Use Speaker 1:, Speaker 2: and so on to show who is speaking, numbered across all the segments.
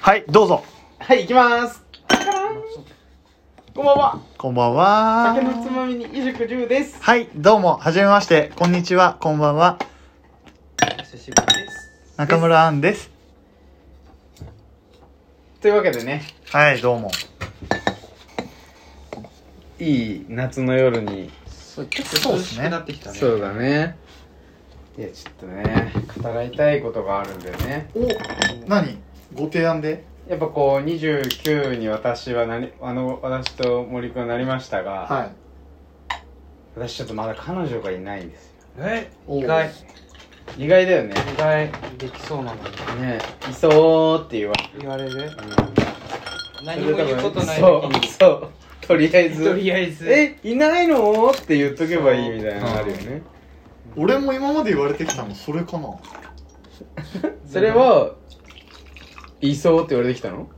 Speaker 1: はい、どうぞ。
Speaker 2: はい、行きます。こんばんは。
Speaker 1: こんばんは
Speaker 2: 酒。のつまみに衣食住です。
Speaker 1: はい、どうも、はじめまして。こんにちは、こんばんは。
Speaker 2: お久しぶりです
Speaker 1: 中。村アンです。
Speaker 2: というわけでね、
Speaker 1: はい、どうも。
Speaker 2: いい夏の夜に。
Speaker 3: そう結構涼しくなってきたね
Speaker 2: そうだね。いや、ちょっとね、語りたいことがあるんだよね。
Speaker 1: お、何ご提案で
Speaker 2: やっぱこう、29に私はなり、あの、私と森くんはなりましたが、
Speaker 1: はい。
Speaker 2: 私ちょっとまだ彼女がいないんですよ。
Speaker 3: え
Speaker 1: お
Speaker 3: 意外
Speaker 2: 意外だよね。
Speaker 3: 意外できそうなのに
Speaker 2: ねいそうって言われる。
Speaker 3: 言われる
Speaker 2: うん
Speaker 3: 何も言うことない
Speaker 2: そ
Speaker 3: 時
Speaker 2: う、そう。とりあえ
Speaker 3: に
Speaker 2: ず。
Speaker 3: とりあえず
Speaker 2: えいないのって言っとけばいいみたいなのあるよね
Speaker 1: 俺も今まで言われてきたの、それかな。
Speaker 2: それはいそうって言われてきたの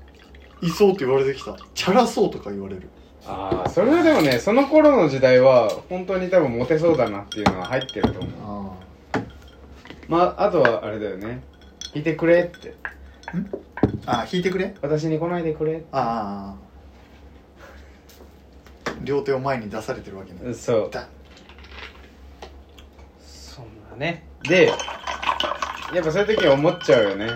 Speaker 1: いそうって言われてきた。チャラそうとか言われる。
Speaker 2: ああそれはでもねその頃の時代は本当に多分モテそうだなっていうのは入ってると思う
Speaker 1: あ
Speaker 2: まああとはあれだよねいてくれって
Speaker 1: あ。あ、引いてくれ
Speaker 2: 私に来ないでくれ
Speaker 1: ああ。両手を前に出されてるわけね。
Speaker 2: そ
Speaker 1: だ
Speaker 3: そんなね
Speaker 2: うでやっぱそういう時は思っちゃうよね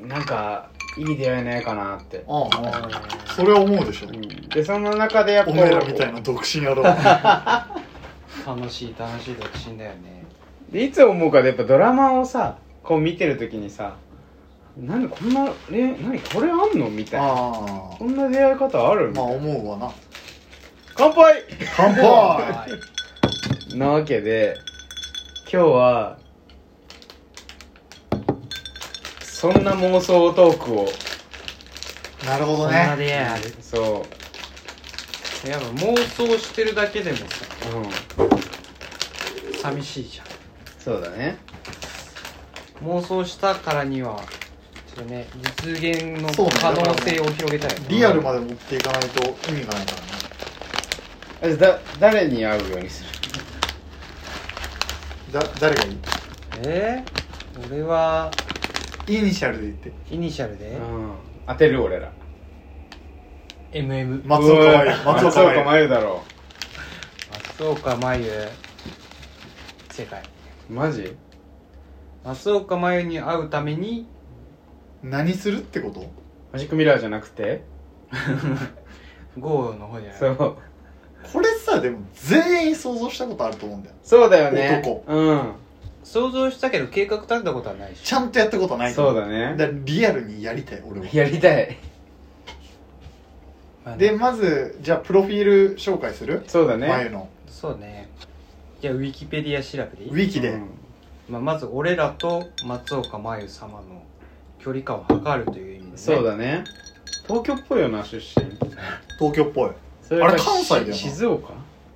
Speaker 2: なんかいい出会いないかなって、
Speaker 1: ああああ、それは思うでしょ
Speaker 2: う。ん、でその中でやっぱ
Speaker 1: お前らみたいな独身野郎。
Speaker 3: 楽しい楽しい独身だよね
Speaker 2: でいつ思うかでやっぱドラマをさこう見てる時にさなんでこんなえ何これあんのみたいな
Speaker 1: あ
Speaker 2: こんな出会い方ある
Speaker 1: あ。
Speaker 2: み
Speaker 1: まあ
Speaker 2: たいな
Speaker 1: 思うわな。
Speaker 2: 乾杯
Speaker 1: 乾杯
Speaker 3: はい
Speaker 2: なわけで今日はそんな妄想トークを
Speaker 1: なるほ
Speaker 3: そ
Speaker 1: ど
Speaker 3: んな
Speaker 1: ね。
Speaker 3: 出会いある
Speaker 2: そ
Speaker 3: やっぱ妄想してるだけでもさ
Speaker 2: ううん
Speaker 3: 寂しいじゃ
Speaker 2: そうだね
Speaker 3: ん妄想したからにはちょっとね実現の
Speaker 1: そうね
Speaker 3: 可能性を広げたいよね
Speaker 1: リアルまで持っていかないと意味がないからね。
Speaker 2: あだ誰に会うようにする
Speaker 1: だ、誰がいい
Speaker 3: えー、俺は
Speaker 1: イニシャルで言って。
Speaker 3: イニシャルで
Speaker 2: ん当てる俺ら
Speaker 3: MM
Speaker 1: 松岡
Speaker 2: う
Speaker 1: 真
Speaker 2: わ
Speaker 1: 優。松
Speaker 2: 松
Speaker 1: 岡
Speaker 2: 岡
Speaker 1: 真優。
Speaker 2: 真優だろ
Speaker 3: 松岡真優正解
Speaker 2: マジ
Speaker 3: 松岡真優に会うために
Speaker 1: 何するってこと
Speaker 2: マジックミラーじゃなくて
Speaker 3: ゴーの方じゃない
Speaker 2: そう
Speaker 1: これさ、でも全員想像したことあると思うんだよ。
Speaker 2: そうだよね
Speaker 1: 男
Speaker 2: うん
Speaker 3: 想像したけど計画立てたことはないし
Speaker 1: ちゃんとやったことないから
Speaker 2: そうだね
Speaker 1: だからリアルにやりたい、俺は。
Speaker 2: やりたい
Speaker 3: まあね
Speaker 1: で、まず、じゃあ、プロフィール紹介する
Speaker 2: そうだね
Speaker 1: 真優の。
Speaker 3: そうねじゃあウィキペディア調べでいい
Speaker 1: ウィキ
Speaker 2: う
Speaker 1: で。
Speaker 2: ん
Speaker 3: まあ、まず俺らと松岡真優様の距離感を測るという意味で、ね、
Speaker 2: そうだね東京っぽいよな出身
Speaker 1: 東京っぽい。
Speaker 2: そは
Speaker 1: あれ関西だよな
Speaker 2: し静岡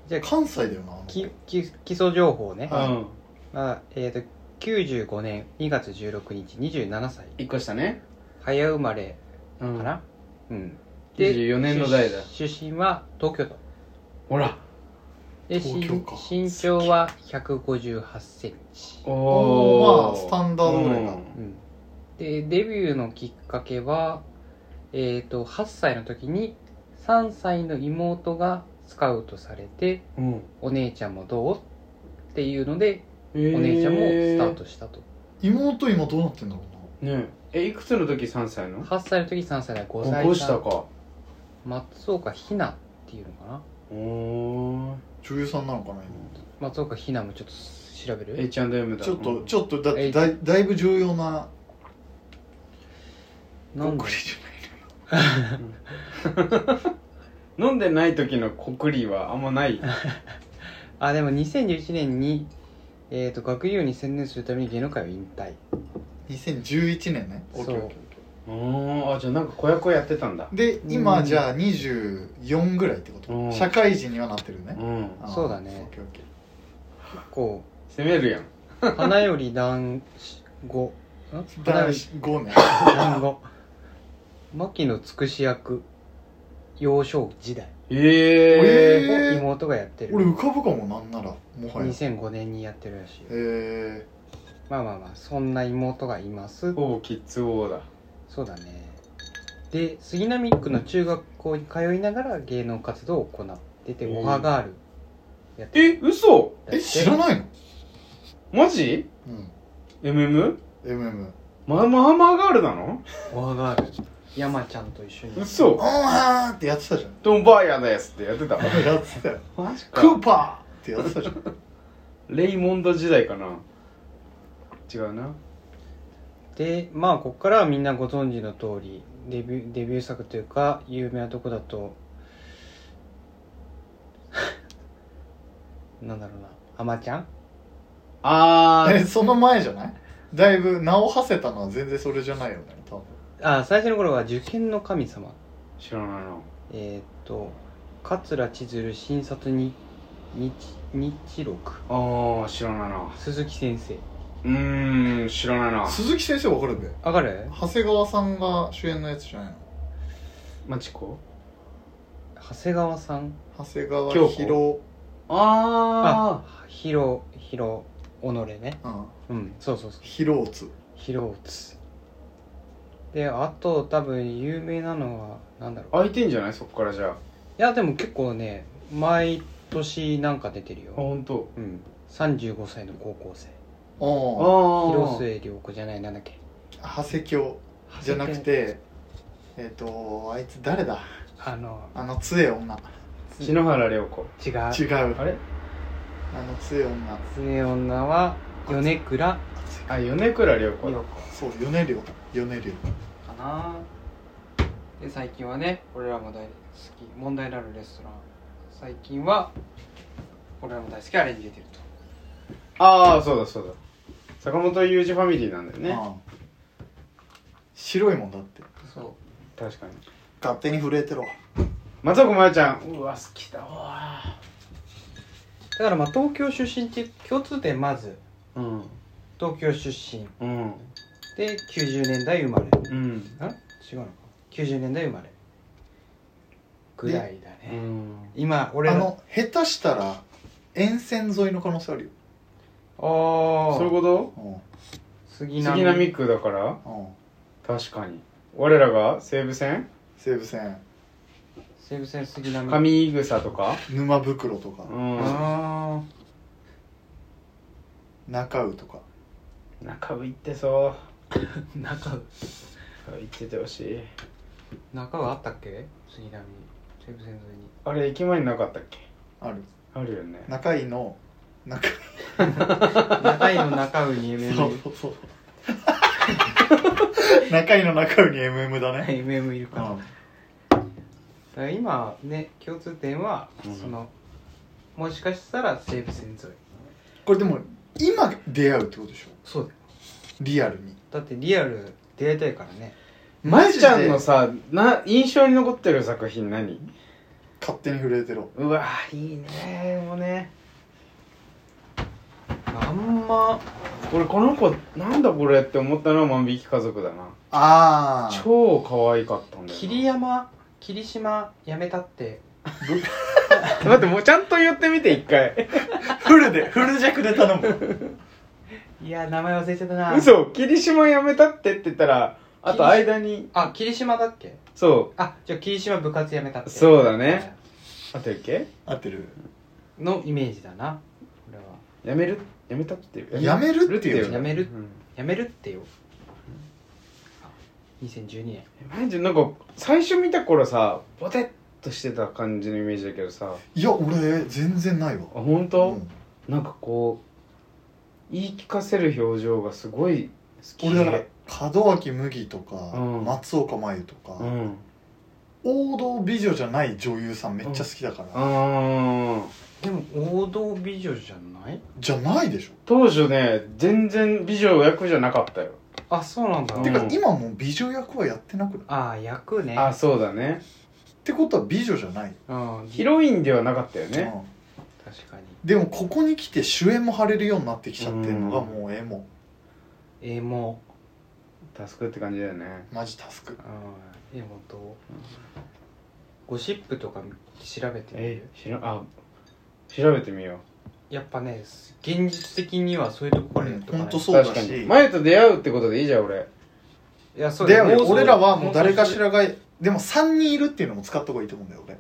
Speaker 3: じゃあ
Speaker 1: 関西だよな、あの子
Speaker 3: きき基礎情報ね、
Speaker 1: はいう
Speaker 2: うん
Speaker 3: まあえー、と95年2月16日27歳
Speaker 2: 一個下ね
Speaker 3: 早生まれ
Speaker 2: う
Speaker 3: か
Speaker 2: ん
Speaker 3: な、
Speaker 2: うん
Speaker 3: で
Speaker 2: 24年の代だ
Speaker 3: 出出身は東京都
Speaker 2: ほら
Speaker 3: で
Speaker 1: 東京か
Speaker 3: 身身長は1 5 8センチ、
Speaker 2: お
Speaker 1: まあスタンダードぐらいだ
Speaker 3: うん、でデビューのきっかけは、えー、と8歳の時に3歳の妹がスカウトされて
Speaker 2: うん、うん
Speaker 3: お姉ちゃんもどうっていうので
Speaker 2: お
Speaker 3: お姉ちゃんもスタートしたと、
Speaker 1: 妹今どうなってんだろ
Speaker 2: ねえいくつの時3歳の
Speaker 3: 8歳の時3歳だ5歳
Speaker 2: 5下か
Speaker 3: 松岡ひなっていうのかな
Speaker 2: おお
Speaker 1: うな。女優さんなのかな、今。
Speaker 3: 松岡ひなもちょっと調べる
Speaker 2: H&M だ
Speaker 1: ちょっと、
Speaker 2: うん
Speaker 1: ちょっとだって
Speaker 3: え
Speaker 1: だいだいぶ重要な
Speaker 3: なんで
Speaker 1: これじ
Speaker 2: 飲んでない時のコクリはあんま ない
Speaker 3: あでも2011年に、えー、と学業に専念するために芸能界を引退
Speaker 1: ゃない2011年ね
Speaker 3: そう
Speaker 1: オッケーオッケ
Speaker 2: おあじゃあなんか子役をやってたんだ
Speaker 1: ーで今、
Speaker 3: うん
Speaker 1: じゃあ24ぐらいってこと、
Speaker 2: うん
Speaker 1: 社会人にはなってるね、
Speaker 2: うん
Speaker 1: あー
Speaker 3: そうだね
Speaker 1: オッケーオッケー
Speaker 3: こ
Speaker 2: 攻めるやん
Speaker 3: う花より団子ん花よ
Speaker 1: 男
Speaker 3: り
Speaker 1: 子5年
Speaker 3: 団子牧野つくし役幼少時代
Speaker 2: ええ
Speaker 1: えー
Speaker 3: を妹がやって
Speaker 1: 俺
Speaker 3: る
Speaker 1: 浮かぶかもなんならもはや
Speaker 3: 2005年にやってるらしいよ
Speaker 1: え
Speaker 3: まあまあまあそんな妹がいます
Speaker 2: ほぼキッズ王だ
Speaker 3: そうだねで杉並区の中学校に通いながら芸能活動を行ってて
Speaker 2: うん
Speaker 3: オハガールやって
Speaker 2: え嘘
Speaker 3: た
Speaker 1: え知ら
Speaker 3: い
Speaker 1: ないの
Speaker 2: マジ
Speaker 1: うん。
Speaker 2: ?MM?
Speaker 1: MM。
Speaker 2: ま、まあまあガールなの
Speaker 3: オハガール山ちゃんと一緒に
Speaker 1: おー
Speaker 2: 嘘
Speaker 1: はーってやってたじゃん。
Speaker 2: ドンバーヤですってやってた
Speaker 1: やってたよ。
Speaker 2: マジ
Speaker 1: クーパーってやってたじゃん。
Speaker 2: レイモンド時代かな違うな
Speaker 3: でまあここからはみんなご存知の通りデビューデビュー作というか有名なとこだと なんだろうな「あまちゃん
Speaker 2: あ
Speaker 1: え、
Speaker 2: ー
Speaker 1: その前じゃないだいぶ名を馳せたのは全然それじゃないよね、多分。」
Speaker 3: あ最初の頃は「受験の神様
Speaker 2: 知らないな」
Speaker 3: えーっと「桂千鶴新卒に日日録
Speaker 2: あー知らないな」
Speaker 3: 鈴木先生
Speaker 2: うーん知らないな
Speaker 1: 鈴木先生わかるべ。
Speaker 3: わかる
Speaker 1: 長谷川さんが主演のやつじゃないの
Speaker 2: マチコ
Speaker 3: 長谷川さん
Speaker 1: 長谷川
Speaker 2: 京子
Speaker 1: 博。
Speaker 2: あ
Speaker 3: ひろひろおのれね
Speaker 1: うん。
Speaker 3: うんそうそうそう
Speaker 1: 博津。
Speaker 3: 広津であと多分有名なのはなんだろ
Speaker 2: ー
Speaker 3: う
Speaker 2: 開いてんじゃないそっからじゃああ
Speaker 3: いやでも結構ね毎年なんか出てるよ、
Speaker 2: ほんと
Speaker 3: うん、35歳の高校生
Speaker 1: う
Speaker 2: あ
Speaker 1: ん。
Speaker 2: ー
Speaker 3: 広末涼子じゃないなんだっけ
Speaker 1: 長谷京じゃなくて、えっと、あいつ誰だ
Speaker 3: あの
Speaker 1: あの強え女。
Speaker 2: 篠原涼子
Speaker 3: 違う
Speaker 1: 違う。
Speaker 2: あれ
Speaker 1: あの強い女。
Speaker 3: 常女は米倉
Speaker 2: あ米倉涼子
Speaker 3: 涼
Speaker 2: だ
Speaker 3: 子
Speaker 1: そう、米量。米量。
Speaker 3: かなで最近はね俺らも大好き問題のあるレストラン最近は俺らも大好きアレンジ出てると
Speaker 2: ああそうだそうだ坂本雄二ファミリーなんだよね
Speaker 1: うん白いもんだって。
Speaker 3: そう
Speaker 2: 確かに
Speaker 1: 勝手に震えてろ。
Speaker 2: 松岡真優ちゃんうわ好きだわ
Speaker 3: だからまあ東京出身って共通点まず
Speaker 2: うん
Speaker 3: 東京出身
Speaker 2: うん
Speaker 3: で90年代生まれ
Speaker 2: うん
Speaker 3: あ違うのか90年代生まれぐらいだ
Speaker 2: う
Speaker 3: ね
Speaker 2: ん
Speaker 3: 今俺
Speaker 1: あの、下手したら、沿線沿いの可能性あるよ。
Speaker 3: ああ
Speaker 2: そういうこと
Speaker 1: うん。
Speaker 3: 杉並
Speaker 2: 杉並区だから
Speaker 1: うん。
Speaker 2: 確かに我らが西武線
Speaker 1: 西武線、
Speaker 3: 西武線杉並
Speaker 2: 上井草とか
Speaker 1: 沼袋とか
Speaker 2: う、ん
Speaker 3: ああ
Speaker 1: 中尾とか。
Speaker 2: 中部行ってそ
Speaker 3: 中尾
Speaker 2: う中部行っててほしい
Speaker 3: 中尾あったっけ杉並西武線沿いに
Speaker 2: あれ駅前になかったっけ
Speaker 1: ある。
Speaker 2: あるよね
Speaker 1: 中井の、中
Speaker 3: 中井の中尾に
Speaker 1: 井。
Speaker 3: MM
Speaker 1: そうそう そう。中井の中尾に MM だね。
Speaker 3: MM いるから,、だ
Speaker 1: う
Speaker 3: から今ね共通点は
Speaker 2: うん
Speaker 3: その、もしかしたら西武線沿い
Speaker 1: ん。これでも、今出会うってことでしょ
Speaker 3: そうだよ
Speaker 1: リアルに。
Speaker 3: だってリアル出会いたいからね
Speaker 2: まゆちゃ
Speaker 1: マ
Speaker 2: んの
Speaker 1: ジで
Speaker 2: さな印象に残ってる作品何
Speaker 1: 勝手に震えてろ。
Speaker 2: うわいいねもうね
Speaker 3: あんま
Speaker 2: 俺この子なんだこれって思ったのは万引き家族だな
Speaker 1: あー。
Speaker 2: 超可愛かったんだよな
Speaker 3: 桐山霧島やめたって
Speaker 2: 待ってもうちゃんと言ってみて一回
Speaker 1: フルで、フル弱で頼む。
Speaker 3: いや名前忘れちゃったな
Speaker 2: 嘘霧島やめたってって言ったらあと間に
Speaker 3: あ霧島だっけ
Speaker 2: そ
Speaker 3: あじゃあ霧島部活やめたって
Speaker 2: そうだねうあとやっけ
Speaker 1: 合ってる。
Speaker 3: のイメージだなこれは
Speaker 2: やめるやめたっていう
Speaker 1: やめるっていう
Speaker 3: やめる
Speaker 2: うん
Speaker 3: やめるってよあ2012年
Speaker 2: マジなんか最初見た頃さボテッとしてた感じのイメージだけどさ
Speaker 1: いや、俺、全然ないわ
Speaker 2: あ。本当、
Speaker 1: うん
Speaker 2: なんかこう言い聞かせる表情がすごい好き
Speaker 1: 俺だから
Speaker 2: で、
Speaker 1: 門脇麦とか、
Speaker 2: うん
Speaker 1: 松岡真優とか、
Speaker 2: うん
Speaker 1: 王道美女じゃない女優さんめっちゃ好きだから、
Speaker 2: あー
Speaker 3: でも王道美女じゃない
Speaker 1: じゃないでしょ、
Speaker 2: 当初ね全然美女役じゃなかったよ
Speaker 3: あそうなんだ
Speaker 2: うん
Speaker 1: てか今もう美女役はやってなくないっ
Speaker 3: あ役ね
Speaker 2: あそうだね
Speaker 1: てことは美女じゃない、
Speaker 3: うん
Speaker 2: ヒロインではなかったよね
Speaker 1: う
Speaker 3: 確かに
Speaker 1: んでもここに来て主演も張れるようになってきちゃってるのが
Speaker 2: うん
Speaker 1: もうえも
Speaker 3: えー、も
Speaker 2: タスクって感じだよね
Speaker 1: マジタスク
Speaker 3: ううんえー、もとゴシップとか調べてみ
Speaker 2: え
Speaker 3: る
Speaker 2: しらあ調べてみよ
Speaker 3: やっぱね現実的にはそういうとこからやっと
Speaker 1: ほ
Speaker 3: か
Speaker 1: ん
Speaker 3: ない
Speaker 1: と
Speaker 3: と
Speaker 2: う
Speaker 1: そうだ
Speaker 2: 確
Speaker 1: し
Speaker 2: かに前と出会うってことでいいじゃん俺
Speaker 3: いやそう
Speaker 1: だよ
Speaker 3: よ
Speaker 1: ね
Speaker 3: 妄想
Speaker 1: 俺らはもう誰かしらがでも3人いるっていうのも使った方がいいと思うんだよ俺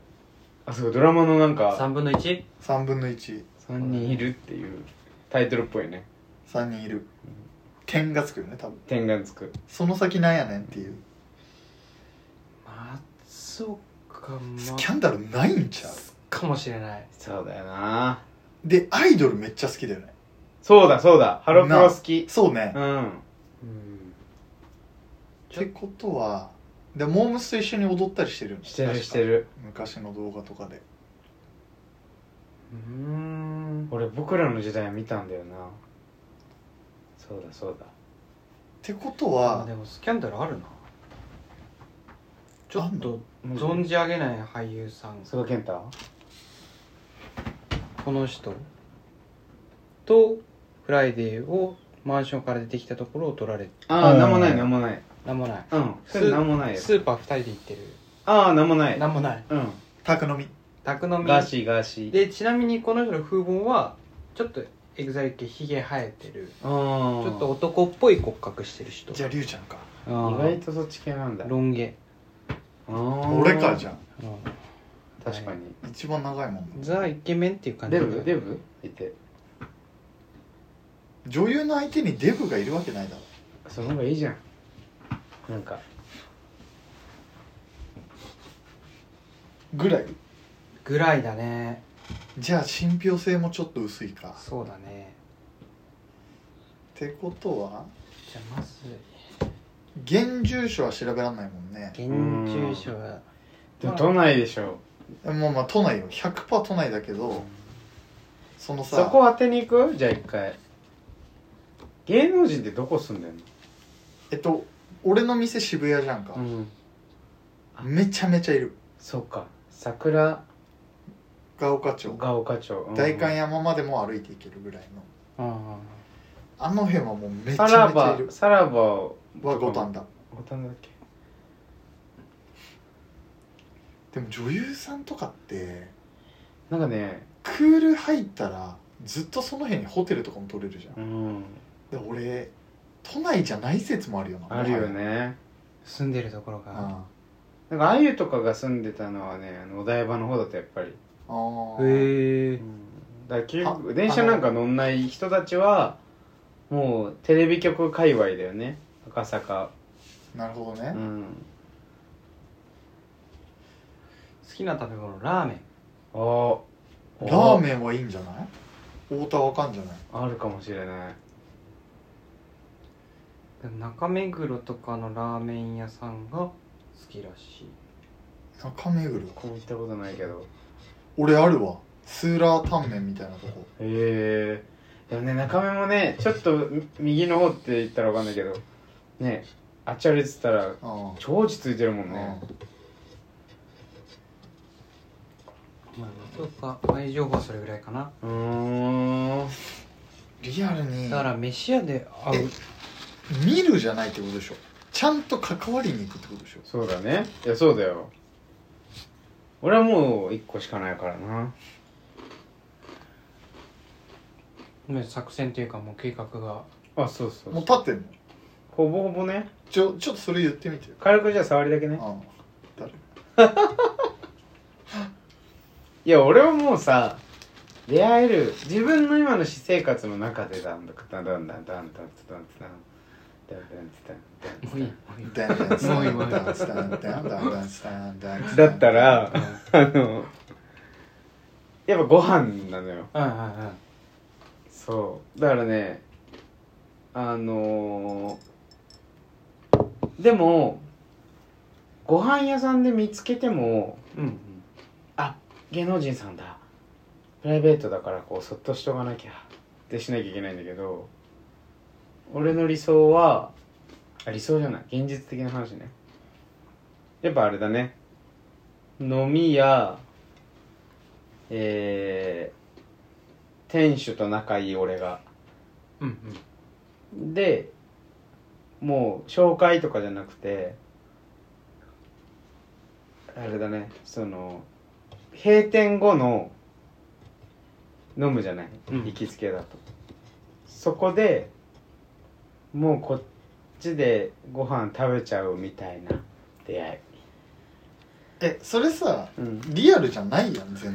Speaker 2: あそうかドラマのなんか
Speaker 4: 3分の 1?
Speaker 1: 3分の13
Speaker 2: 3人いるっていうタイトルっぽいね
Speaker 1: 人いる点がつくよね多分
Speaker 2: 点がつく
Speaker 1: その先なんやねんっていう
Speaker 3: 松岡
Speaker 1: ス
Speaker 3: ま
Speaker 1: キャンダルないんちゃう
Speaker 3: かもしれない
Speaker 2: そうだよな
Speaker 1: でアイドルめっちゃ好きだよね
Speaker 2: そうだそうだハロプロ好き
Speaker 1: そうね、
Speaker 2: う
Speaker 1: っ
Speaker 2: ん
Speaker 4: うん
Speaker 1: てことはでモームスと一緒に踊ったりしてるよね
Speaker 2: してる
Speaker 1: 確か
Speaker 2: してる
Speaker 1: 昔の動画とかで
Speaker 3: うーん
Speaker 2: 俺僕らの時代見たんだよなそうだそうだ
Speaker 1: ってこと
Speaker 3: あ
Speaker 1: は
Speaker 3: でもスキャンダルあるなちょっと存
Speaker 2: 存じ
Speaker 3: じ上げない俳優さん
Speaker 2: 菅健太
Speaker 3: この人とフライデーをマンションから出てきたところを取られ
Speaker 2: ああ
Speaker 1: うん
Speaker 2: なんもないなんもない
Speaker 3: なんもない
Speaker 2: うんそれなんもないよ
Speaker 3: スーパー2人で行ってる
Speaker 2: ああなんもない
Speaker 3: なんもない
Speaker 2: うん
Speaker 1: 宅飲み
Speaker 3: 宅飲み
Speaker 2: ガーシーガーシー
Speaker 3: でちなみにこの人の風貌はちょっとエグザイル系ひげ生えてる
Speaker 2: あー
Speaker 3: ちょっと男っぽい骨格してる人
Speaker 1: じゃあ龍ちゃんか
Speaker 2: 意外とそっち系なんだ
Speaker 3: ロン毛、
Speaker 1: 俺
Speaker 2: 俺
Speaker 1: かじゃん
Speaker 2: 確かに
Speaker 1: 一番長いもんな
Speaker 3: ザイケメンっていう感
Speaker 2: デ
Speaker 3: じだ
Speaker 2: ブデブいて
Speaker 1: 女優の相手にデブがいるわけないだろ
Speaker 2: その方がいいじゃんなんか
Speaker 1: ぐらい
Speaker 3: ぐらいだね
Speaker 1: じゃあ信憑性もちょっと薄いかっ
Speaker 3: そうだね
Speaker 1: てことは
Speaker 3: じゃあまず
Speaker 1: 現住所は調べられないもんね
Speaker 3: 現住所は
Speaker 2: でも
Speaker 3: まあ
Speaker 2: 都内でしょ
Speaker 1: もうまあ都内よ100%都内だけどそのさ
Speaker 2: そこ当てに行くじゃあ一回芸能人ってどこ住んでんの
Speaker 1: えっと俺の店渋谷じゃんか、
Speaker 2: ん
Speaker 1: めちゃめちゃいる
Speaker 2: そうか桜
Speaker 1: ヶ丘町
Speaker 2: が丘町うん
Speaker 1: 代官山までも歩いていけるぐらいの
Speaker 3: あ
Speaker 1: あの辺はもうめちゃ
Speaker 2: さ
Speaker 1: めち
Speaker 2: ら
Speaker 1: ゃ
Speaker 2: ば
Speaker 1: いる
Speaker 2: さらばを
Speaker 1: は五反田
Speaker 2: 五反田だっけ
Speaker 1: でも女優さんとかって
Speaker 2: なんかね
Speaker 1: クール入ったらずっとその辺にホテルとかも取れるじゃん
Speaker 2: うん
Speaker 1: で俺都内じゃない説もあるよな
Speaker 2: あるよね
Speaker 3: 住んでるところ
Speaker 1: うん
Speaker 3: が
Speaker 1: あ
Speaker 2: なんかあゆとかが住んでたのはねあのお台場の方だとやっぱり
Speaker 1: ー
Speaker 3: へえ
Speaker 2: だから結
Speaker 1: あ
Speaker 2: 局電車なんか乗んない人たちはもうテレビ局界隈だよね赤坂
Speaker 1: なるほどね、
Speaker 2: うん
Speaker 3: 好きな食べ物ラーメン
Speaker 2: あー
Speaker 1: ラーメンはいいんじゃない太田わかんじゃない
Speaker 2: あるかもしれない
Speaker 3: でも中目黒とかのラーメン屋さんが好きらしい
Speaker 1: 中目黒
Speaker 2: ここも行ったことないけど
Speaker 1: 俺あるわスーラータンメンみたいなとこ
Speaker 2: へえでもね中目もねちょっとみ右の方って言ったらわかんないけどねあっち歩いてたら
Speaker 1: あ
Speaker 2: 超落ち着いてるもん
Speaker 1: あ、
Speaker 2: ね
Speaker 3: まあそうか前情報はそれぐらいかな
Speaker 2: うーん
Speaker 1: リアルに
Speaker 3: だから飯屋で会う
Speaker 1: 見るじゃないってことでしょちゃんと関わりに行くってことでしょ
Speaker 2: そうだねいやそうだよ俺はもう一個しかないからな
Speaker 3: ね作戦というかもう計画が
Speaker 2: あそうそう
Speaker 1: もう
Speaker 2: そう
Speaker 1: 立ってんの
Speaker 2: ほぼほぼね
Speaker 1: ちょちょっとそれ言ってみてよ
Speaker 2: 軽くじゃあ触りだけね
Speaker 1: ああ誰
Speaker 2: いや俺はもうさ出会える自分の今の私生活の中でだんだんだんだんだんだんだんだんだんだんだんだんだんだん
Speaker 3: もういい
Speaker 1: ダンダンス
Speaker 3: もういい
Speaker 1: ダ
Speaker 3: もうい
Speaker 1: ン
Speaker 3: い
Speaker 1: ダンスダンダンダンダンスダンダンス
Speaker 2: だったらあのやっぱご飯なのよ
Speaker 3: うんうんうん
Speaker 2: そうだからねあのー、でもご飯屋さんで見つけても
Speaker 3: うんうん
Speaker 2: 芸能人さんだプライベートだからこうそっとしとかなきゃってしなきゃいけないんだけど俺の理想はあ理想じゃない現実的な話ねやっぱあれだね飲みやえー、店主と仲いい俺が
Speaker 3: うん
Speaker 2: でもう紹介とかじゃなくてあれだねその閉店後の飲むじゃない、
Speaker 3: うん
Speaker 2: 行きつけだとそこでもうこっちでご飯食べちゃうみたいな出会い
Speaker 1: えそれさ
Speaker 2: うん
Speaker 1: リアルじゃないやん全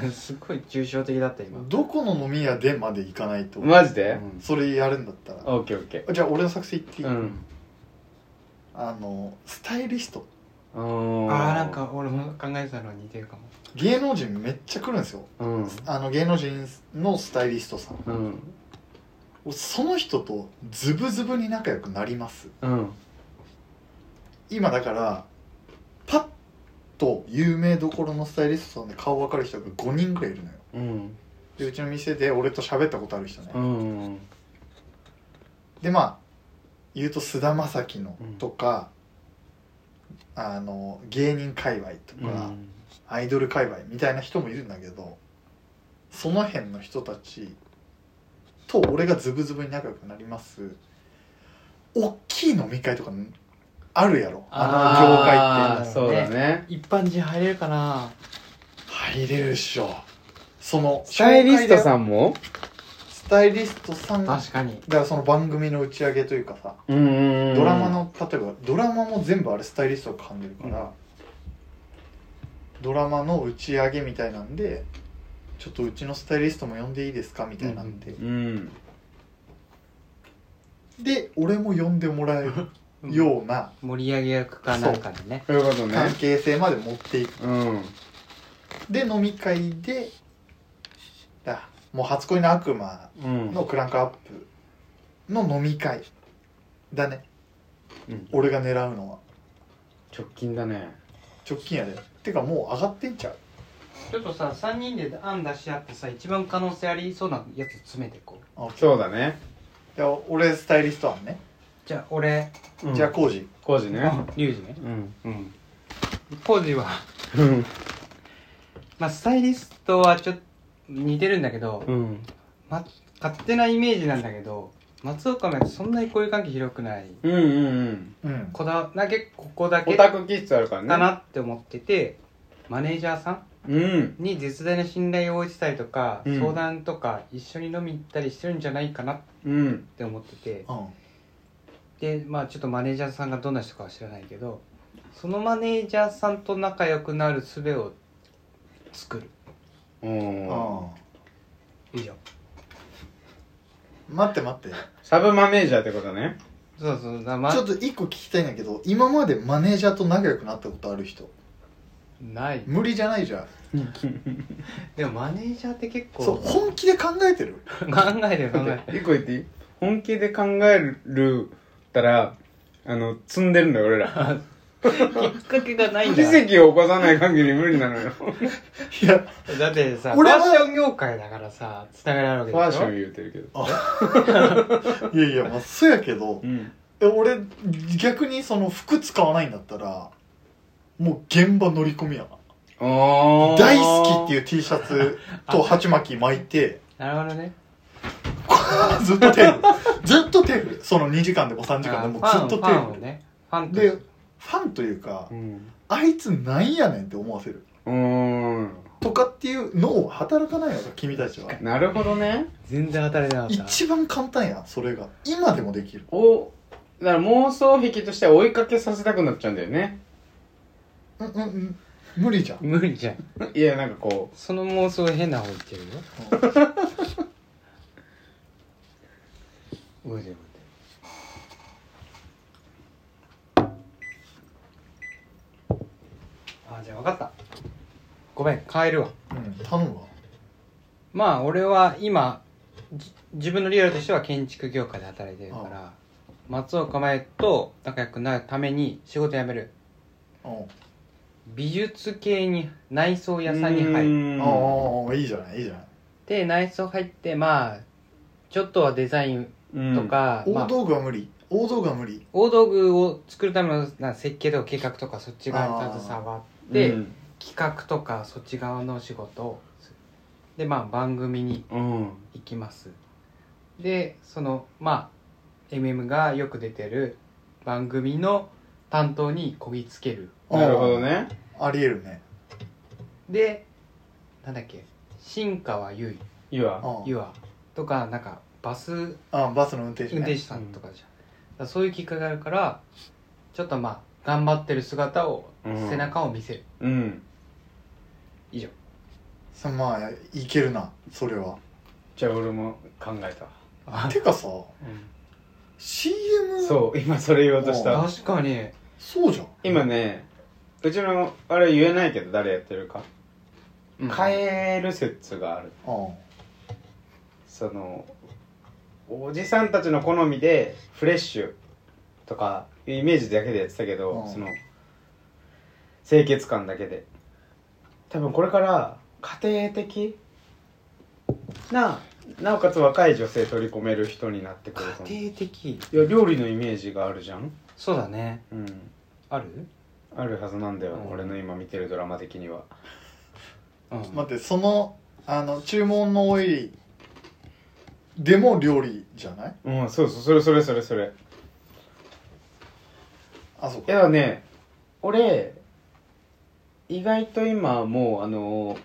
Speaker 1: 然
Speaker 3: すごい抽象的だった今
Speaker 1: どこの飲み屋でまで行かないと
Speaker 2: マジで、
Speaker 3: うん
Speaker 1: それやるんだったら
Speaker 2: オッケーオッケ
Speaker 1: じゃあ俺の作戦言っていい、
Speaker 2: ーうん
Speaker 1: あのスタイリスト
Speaker 2: あー
Speaker 3: あーなんか俺も考えてたのに似てるかも
Speaker 1: 芸能人めっちゃ来るんですよ
Speaker 2: うん
Speaker 1: あの芸能人のスタイリストさん
Speaker 2: うん
Speaker 1: その人とズブズブに仲良くなります
Speaker 2: うん
Speaker 1: 今だからパッと有名どころのスタイリストさんで顔分かる人が5人ぐらいいるのよ
Speaker 2: うん
Speaker 1: でうちの店で俺と喋ったことある人ね、
Speaker 2: うん
Speaker 1: でまあ言うと菅田将暉のとか、あの芸人界隈と
Speaker 2: う
Speaker 1: か、
Speaker 2: ん
Speaker 1: アイドル界隈みたいな人もいるんだけどその辺の人たちと俺がズブズブに仲良くなります大きい飲み会とかあるやろあの
Speaker 2: あ
Speaker 1: 業界
Speaker 2: ー
Speaker 1: って
Speaker 2: そうだね
Speaker 3: 一般人入れるかな
Speaker 1: 入れるっしょその
Speaker 2: スタイリスト
Speaker 1: ん
Speaker 2: さんも
Speaker 1: スタイリストさんだか
Speaker 3: 確かに
Speaker 1: らその番組の打ち上げというかさ
Speaker 2: うんうんうん
Speaker 1: ドラマの例えばドラマも全部あれスタイリストが噛んでるから、ドラマの打ち上げみたいなんでちょっとうちのスタイリストも呼んでいいですかみたいなんで、
Speaker 2: うん
Speaker 1: で俺も呼んでもらえるような
Speaker 3: 盛り上げ役かなんかでね
Speaker 2: そういうことね
Speaker 1: 関係性まで持っていく、
Speaker 2: うん
Speaker 1: で飲み会でだもう初恋の悪魔
Speaker 2: うん
Speaker 1: のクランクアップの飲み会だね
Speaker 2: うん
Speaker 1: 俺が狙うのは
Speaker 2: 直近だね
Speaker 1: 直近やでてかもう上がってんちゃう
Speaker 3: ちょっとさ3人で案出し合ってさ一番可能性ありそうなやつ詰めてこう
Speaker 1: あ
Speaker 2: そうだね
Speaker 1: じゃあ俺スタイリスト案ね、
Speaker 3: じゃあ俺
Speaker 1: じゃあコージ
Speaker 2: 工事ね
Speaker 3: リュウジね
Speaker 2: うん
Speaker 3: うんコージは
Speaker 2: うん
Speaker 3: まあスタイリストはちょっと似てるんだけど、
Speaker 2: うん
Speaker 3: ま、勝手なイメージなんだけど松岡もそんなに交友関係広くない
Speaker 2: うんうん
Speaker 1: うん
Speaker 3: こだだけここだ
Speaker 2: オ
Speaker 3: け
Speaker 2: タ
Speaker 3: か
Speaker 2: ク気質あるからね
Speaker 3: なって思っててマネージャーさん
Speaker 2: うん
Speaker 3: に絶大な信頼を置いてたりとか、
Speaker 2: うん
Speaker 3: 相談とか一緒に飲み行ったりしてるんじゃないかなっ
Speaker 2: うん
Speaker 3: て思ってて
Speaker 1: うん
Speaker 3: でまあちょっとマネージャーさんがどんな人かは知らないけどそのマネージャーさんと仲良くなる術を作る
Speaker 2: うん
Speaker 3: 以上
Speaker 1: 待って待って
Speaker 2: サブマネージャーってことね
Speaker 3: そうそうだ、ま
Speaker 1: ちょっと一個聞きたいんだけど今までマネージャーと仲良くなったことある人
Speaker 3: ない
Speaker 1: 無理じゃないじゃん
Speaker 3: でもマネージャーって結構
Speaker 1: そう本気で考えてる
Speaker 3: 考えてる考えて
Speaker 2: 一個言っていい本気で考えるたらあの積んでるんだよ俺ら
Speaker 3: るきっかけがないん
Speaker 2: 奇
Speaker 3: だ
Speaker 2: 跡を起こさない限り無理なのよフ
Speaker 1: いや
Speaker 3: だってさファ
Speaker 1: 俺は
Speaker 3: ッション業界だからさつながりあるわけでしょ
Speaker 2: ァッション言うてるけど
Speaker 1: いやいやまあそうやけど
Speaker 2: うん
Speaker 1: え俺逆にその服使わないんだったらもう現場乗り込みやな
Speaker 2: あ
Speaker 1: 大好きっていうう T シャツと鉢巻き巻いて
Speaker 3: なるほどね
Speaker 1: ずっとテーブルずっとテーブルその2時間でも3時間でも
Speaker 3: あ
Speaker 1: ずっとテー
Speaker 3: ファン
Speaker 1: ブ
Speaker 3: を
Speaker 1: ル
Speaker 3: ねファンと
Speaker 1: でファンというか
Speaker 2: うん
Speaker 1: あいつなんやねんって思わせる
Speaker 2: うん
Speaker 1: とかっていうのを働かないのか君たちは
Speaker 2: なるほどね
Speaker 3: 全然当たれなかった
Speaker 1: 一番簡単やんそれが今でもできる
Speaker 2: おだから妄想癖としては追いかけさせたくなっちゃうんだよね
Speaker 1: うんうんうん無理じゃん、
Speaker 3: 無理じゃん
Speaker 2: いやなんかこ
Speaker 3: その妄想変な方言ってるよごめんごめんあじゃあ分かったごめん変えるわ
Speaker 1: うん、頼むわ
Speaker 3: まあ俺は今じ自分のリアルとしては建築業界で働いてるから松岡前と仲良くなるために仕事辞める
Speaker 1: うん
Speaker 3: 美術系に内装
Speaker 2: う
Speaker 3: 屋さんに入る
Speaker 2: る
Speaker 1: ああいいじゃないいいじゃない
Speaker 3: で内装入ってまあちょっとはデザインとか、ま
Speaker 1: 大
Speaker 3: あ、
Speaker 1: 道具は無理大道具は無理
Speaker 3: 大道具を作るためのな設計とか計画とかそっち側に携わって、
Speaker 2: うん
Speaker 3: 企画とかそっち側の仕事をするでまあ番組に
Speaker 2: うん
Speaker 3: 行きますでそのまあ MM がよく出てる番組の担当にこぎつける
Speaker 2: なるほどね
Speaker 1: ありえるね
Speaker 3: でなんだっけ新川優
Speaker 2: いいわ
Speaker 3: 衣優愛とかなんかバス
Speaker 1: ああバスの運転手、
Speaker 3: 運
Speaker 1: ね、
Speaker 3: 転手さんとかじゃん、らそういうきっかけがあるからちょっとまあ頑張ってる姿を、
Speaker 2: うん
Speaker 3: 背中を見せる
Speaker 2: うん
Speaker 3: 以上
Speaker 1: さまあいけるなそれは
Speaker 2: じゃあ俺も考えたわ
Speaker 3: あ
Speaker 1: てかさ
Speaker 3: うん
Speaker 1: CM そう
Speaker 2: そう今それ言おうとした
Speaker 3: 確かに
Speaker 1: じゃん
Speaker 2: 今ねうちのあれ言えないけど誰やってるか
Speaker 3: うん
Speaker 2: 変える説がある
Speaker 1: あ
Speaker 2: そのおじさんたちの好みでフレッシュとかいうイメージだけでやってたけど、
Speaker 1: うん
Speaker 2: その清潔感だけで多分これから家庭的ななおかつ若い女性取り込める人になってくると思う
Speaker 3: 家庭的
Speaker 2: いや料理のイメージがあるじゃん
Speaker 3: そうだね
Speaker 2: うん
Speaker 3: ある、
Speaker 2: あるはずなんだよ、
Speaker 3: うん
Speaker 2: 俺の今見てるドラマ的には
Speaker 3: うん
Speaker 1: あ待ってそのあの注文の多いでも料理じゃない
Speaker 2: うんそうそうそれそれそれそれ
Speaker 1: あそう
Speaker 2: い
Speaker 1: か
Speaker 2: やね俺意外と今もうあの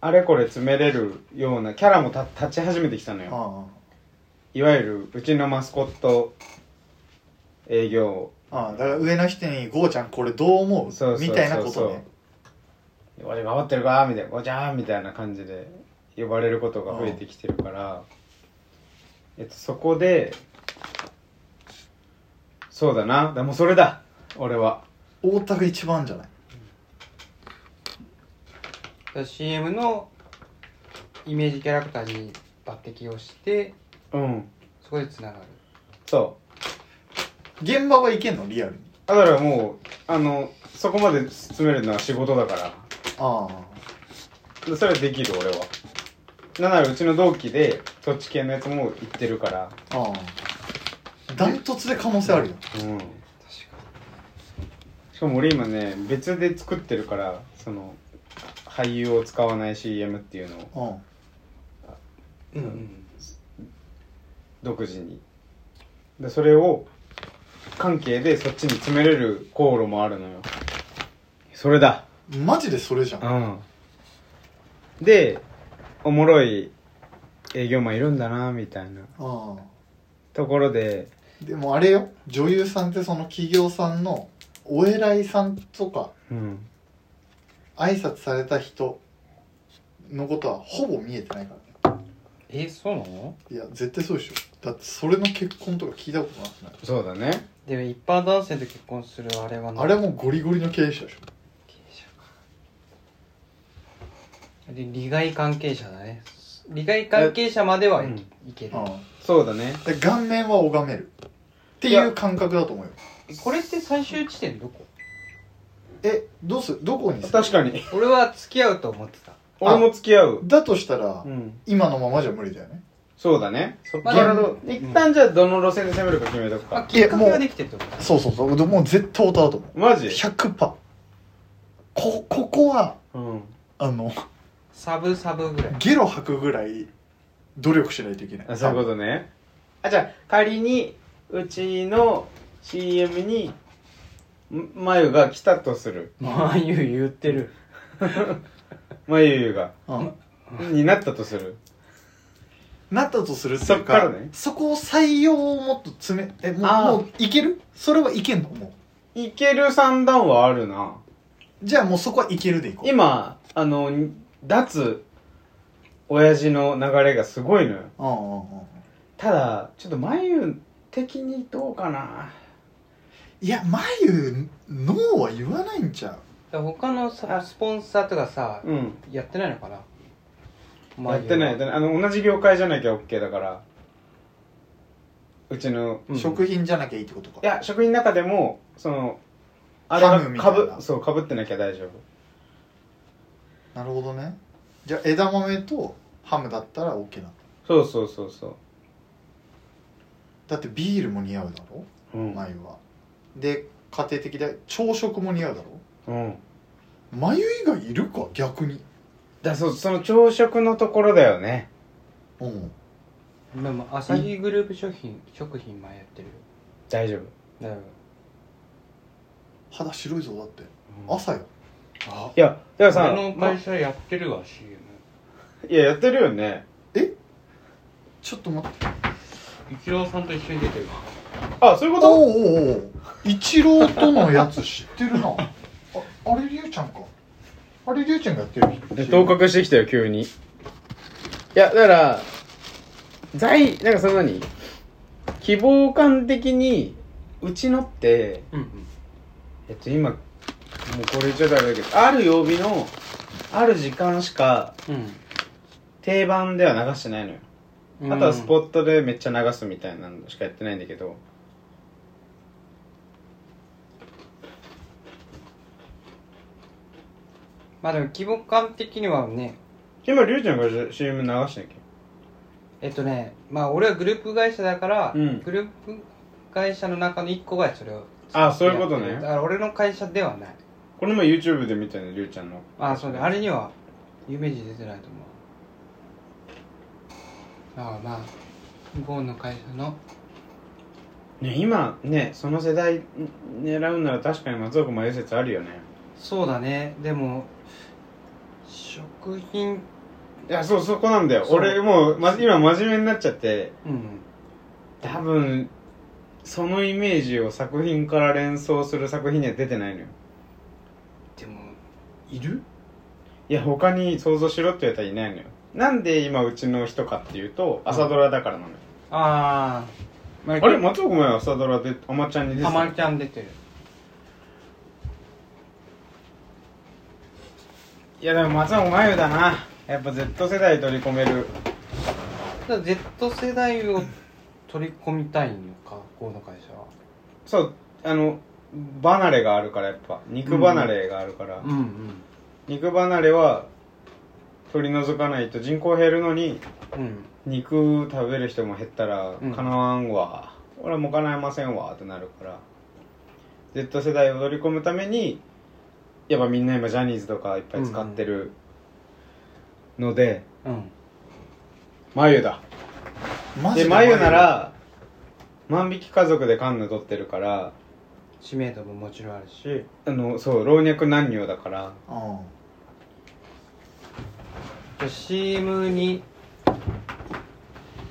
Speaker 2: あれこれ詰めれるようなキャラもた立ち始めてきたのよ
Speaker 1: あ
Speaker 2: いわゆるうちのマスコット営業
Speaker 1: あああだから上の人に「ゴーちゃんこれどう思う?」
Speaker 2: そうそうそうそう
Speaker 1: みたいなことね
Speaker 2: 俺が張ってるかみたいなごちゃーんみたいな感じで呼ばれることが増えてきてるから、えっと、そこでそうだなでもうそれだ俺は
Speaker 1: 大田が一番じゃない
Speaker 3: だから CM のイメージキャラクターに抜擢をして
Speaker 2: うん
Speaker 3: そこでつながる
Speaker 2: そう
Speaker 1: 現場はいけんのリアルに
Speaker 2: だからもうあのそこまで詰めるのは仕事だか
Speaker 1: あ
Speaker 2: らそれはできる俺はなんならうちの同期でそっち系のやつも行ってるから
Speaker 1: あああダントツで可能性あるよ
Speaker 2: うん
Speaker 3: 確か
Speaker 2: しかも俺今ね別で作ってるからその俳優を使わない CM っていうのを
Speaker 1: うん
Speaker 3: にうん
Speaker 2: 独自にでそれを関係でそっちに詰めれる航路もあるのよそれだ
Speaker 1: マジでそれじゃん
Speaker 2: うんでおもろい営業マンいるんだなみたいな
Speaker 1: ああ
Speaker 2: ところで
Speaker 1: でもあれよ女優さんってその企業さんのお偉いさんとか
Speaker 2: うん
Speaker 1: 挨拶された人のことはほぼ見えてないからね
Speaker 3: えそうなの
Speaker 1: いや絶対そうでしょだってそれの結婚とか聞いたことなくない
Speaker 2: そうだね
Speaker 3: でも一般男性と結婚するあれは
Speaker 1: あれはもうゴリゴリの経営者でしょ
Speaker 3: 経営者かで利害関係者だね利害関係者まではい,、
Speaker 2: うん
Speaker 3: ける
Speaker 1: あ
Speaker 2: そうだね
Speaker 1: あで顔面は拝めるって
Speaker 2: い
Speaker 1: い
Speaker 2: や
Speaker 1: う感覚だと思うよ
Speaker 3: これって最終地点どこ
Speaker 1: えどうするどこにする
Speaker 2: 確かに
Speaker 3: 俺は付き合うと思ってた
Speaker 2: 俺も付き合う
Speaker 1: だとしたら、
Speaker 2: うん
Speaker 1: 今のままじゃ無理だよね
Speaker 2: そうだねそっ
Speaker 3: ま
Speaker 1: あ
Speaker 2: から
Speaker 1: で
Speaker 2: の一旦じゃあどの路線で攻めるか決めとく
Speaker 3: あ
Speaker 2: か
Speaker 3: きっかけができてるってこと
Speaker 1: そうそうそうもう絶対音だと思う
Speaker 2: マジ
Speaker 1: 100%こここは
Speaker 2: うん
Speaker 1: あの
Speaker 3: サブサブぐらい
Speaker 1: ゲロ吐くぐらい努力しないといけない
Speaker 2: あそういうことねあじゃあ仮にうちの CM にん眉が来たとする
Speaker 3: まあ言う言ってる
Speaker 2: 眉が
Speaker 1: うん
Speaker 2: になったとする
Speaker 1: なったとするっていうか
Speaker 2: そっからね
Speaker 1: そこを採用をもっと詰めえも
Speaker 2: あー
Speaker 1: うもういけるそれはいけんのも
Speaker 2: いける三段はあるな
Speaker 1: うじゃあもうそこはいけるでいこう
Speaker 2: 今あの脱親父の流れがすごいのよ
Speaker 1: うんうんうんうん
Speaker 2: ただちょっと眉的にどうかない
Speaker 1: や眉ノーは言わないんちゃう
Speaker 3: だから他のさスポンサーとかさ
Speaker 2: うん
Speaker 3: やってないのかな
Speaker 2: やってないやってないあの同じ業界じゃなきゃ OK だからうちの
Speaker 3: うん
Speaker 1: 食品じゃなきゃいいってことか
Speaker 2: いや職員の中でもそのあ
Speaker 1: ハ
Speaker 2: れ
Speaker 1: ムみた
Speaker 2: か
Speaker 1: いな
Speaker 2: ぶそうかぶってなきゃ大丈夫
Speaker 1: なるほどねじゃあ枝豆とハムだったら OK なの
Speaker 2: そうそうそうそ
Speaker 1: だってビールも似合うだろ
Speaker 2: ううん、
Speaker 1: 眉はで家庭的で朝食も似合うだろ
Speaker 2: うん、
Speaker 1: 眉以外いるか逆に
Speaker 2: だそうその朝食のところだよね
Speaker 1: うん
Speaker 3: でもアサヒグループ食品食品前やってるよ
Speaker 2: 大丈夫、
Speaker 3: だよ
Speaker 1: 肌白いぞだって
Speaker 2: うんい
Speaker 1: 朝よ
Speaker 3: あ
Speaker 2: やだからさ
Speaker 3: 俺の
Speaker 2: ま
Speaker 3: 会社やってるわ CM
Speaker 2: いややってるよね
Speaker 1: ちょっと待って
Speaker 3: イチローさんと一緒に出てる
Speaker 2: あそういうこ
Speaker 1: お
Speaker 2: と
Speaker 1: うおうおう一郎とのやつ知って るなああれりゅうちゃんかあれりゅうちゃんがやってる
Speaker 2: で頭角してきたよ急にいやだから在なんかその何希望感的にうちのって
Speaker 3: うんうん
Speaker 2: えっと今もうこれ言っちゃったらあれだけどある曜日のある時間しか定番では流してないのよ、
Speaker 3: うん
Speaker 2: あとはスポ
Speaker 3: ッ
Speaker 2: ットでめっちゃ流すみたいなのしかやってないんだけど
Speaker 3: まあでも規模感的にはね
Speaker 2: 今りゅうちゃんから CM 流してんけ
Speaker 3: えっとねまあ俺はグループ会社だから、
Speaker 2: うん
Speaker 3: グループ会社の中の一個がそれを
Speaker 2: あそういうこと
Speaker 3: やってる
Speaker 2: ね
Speaker 3: だから俺の会社ではない
Speaker 2: これも YouTube で見たねりゅうちゃんの
Speaker 3: あそうねあれには有名人出てないと思うだからまあ向こうの会社の
Speaker 2: ね今ねその世代狙うなら確かに松岡迷う説あるよね
Speaker 3: そうだねでも食品
Speaker 2: いやそうそこなんだよ
Speaker 3: そう
Speaker 2: 俺もう、ま、今真面目になっちゃって
Speaker 3: うん
Speaker 2: 多分そのイメージを作品から連想する作品には出てないのよ
Speaker 3: でも
Speaker 1: いる
Speaker 2: いや他に想像しろって言われたらいないのよなんで今うちの人かっていうと
Speaker 3: うん
Speaker 2: 朝ドラだからなのよ、
Speaker 3: ああ
Speaker 2: あれ松岡迷は朝ドラであまちゃんに出て
Speaker 3: た
Speaker 2: た
Speaker 3: まちゃん出てる
Speaker 2: いやでも松岡迷だなやっぱ Z 世代取り込める
Speaker 3: だから Z 世代を取り込みたいのかこの会社は
Speaker 2: そうあの離れがあるからやっぱ肉離れがあるから、
Speaker 3: うんうん
Speaker 2: 肉離れは取り除かないと人口減るのに
Speaker 3: うん
Speaker 2: 肉食べる人も減ったら
Speaker 3: うん
Speaker 2: かなわんわ、俺はもうかないませんわってなるから Z 世代を取り込むためにやっぱみんな今ジャニーズとかいっぱい使ってるので、
Speaker 3: うん
Speaker 2: 眉だ
Speaker 1: マ
Speaker 2: で眉なら万引き家族でカンヌ取ってるから
Speaker 3: 知名度ももちろんあるし
Speaker 2: しあのそう老若男女だから
Speaker 1: うん
Speaker 3: じゃあ CM に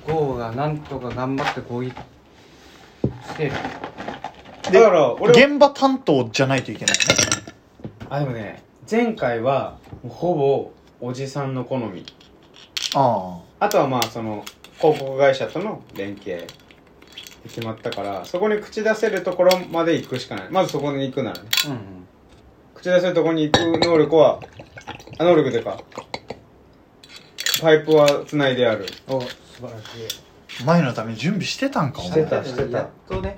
Speaker 3: ゴーがなんとか頑張って合意してる
Speaker 1: で
Speaker 2: だから俺は
Speaker 1: 現場担当じゃないといけないね
Speaker 2: あでもね前回はほぼおじさんの好み
Speaker 1: あ
Speaker 2: あとはまあその広告会社との連携で決まったからそこに口出せるところまで行くしかないまずそこに行くならね
Speaker 3: うんうん
Speaker 2: 口出せるところに行く能力はあ能力というかパイプはつないである
Speaker 3: お素晴らしい
Speaker 1: あ前のために準備してたんかお
Speaker 2: し
Speaker 1: 前
Speaker 2: てたしてた
Speaker 3: やっとね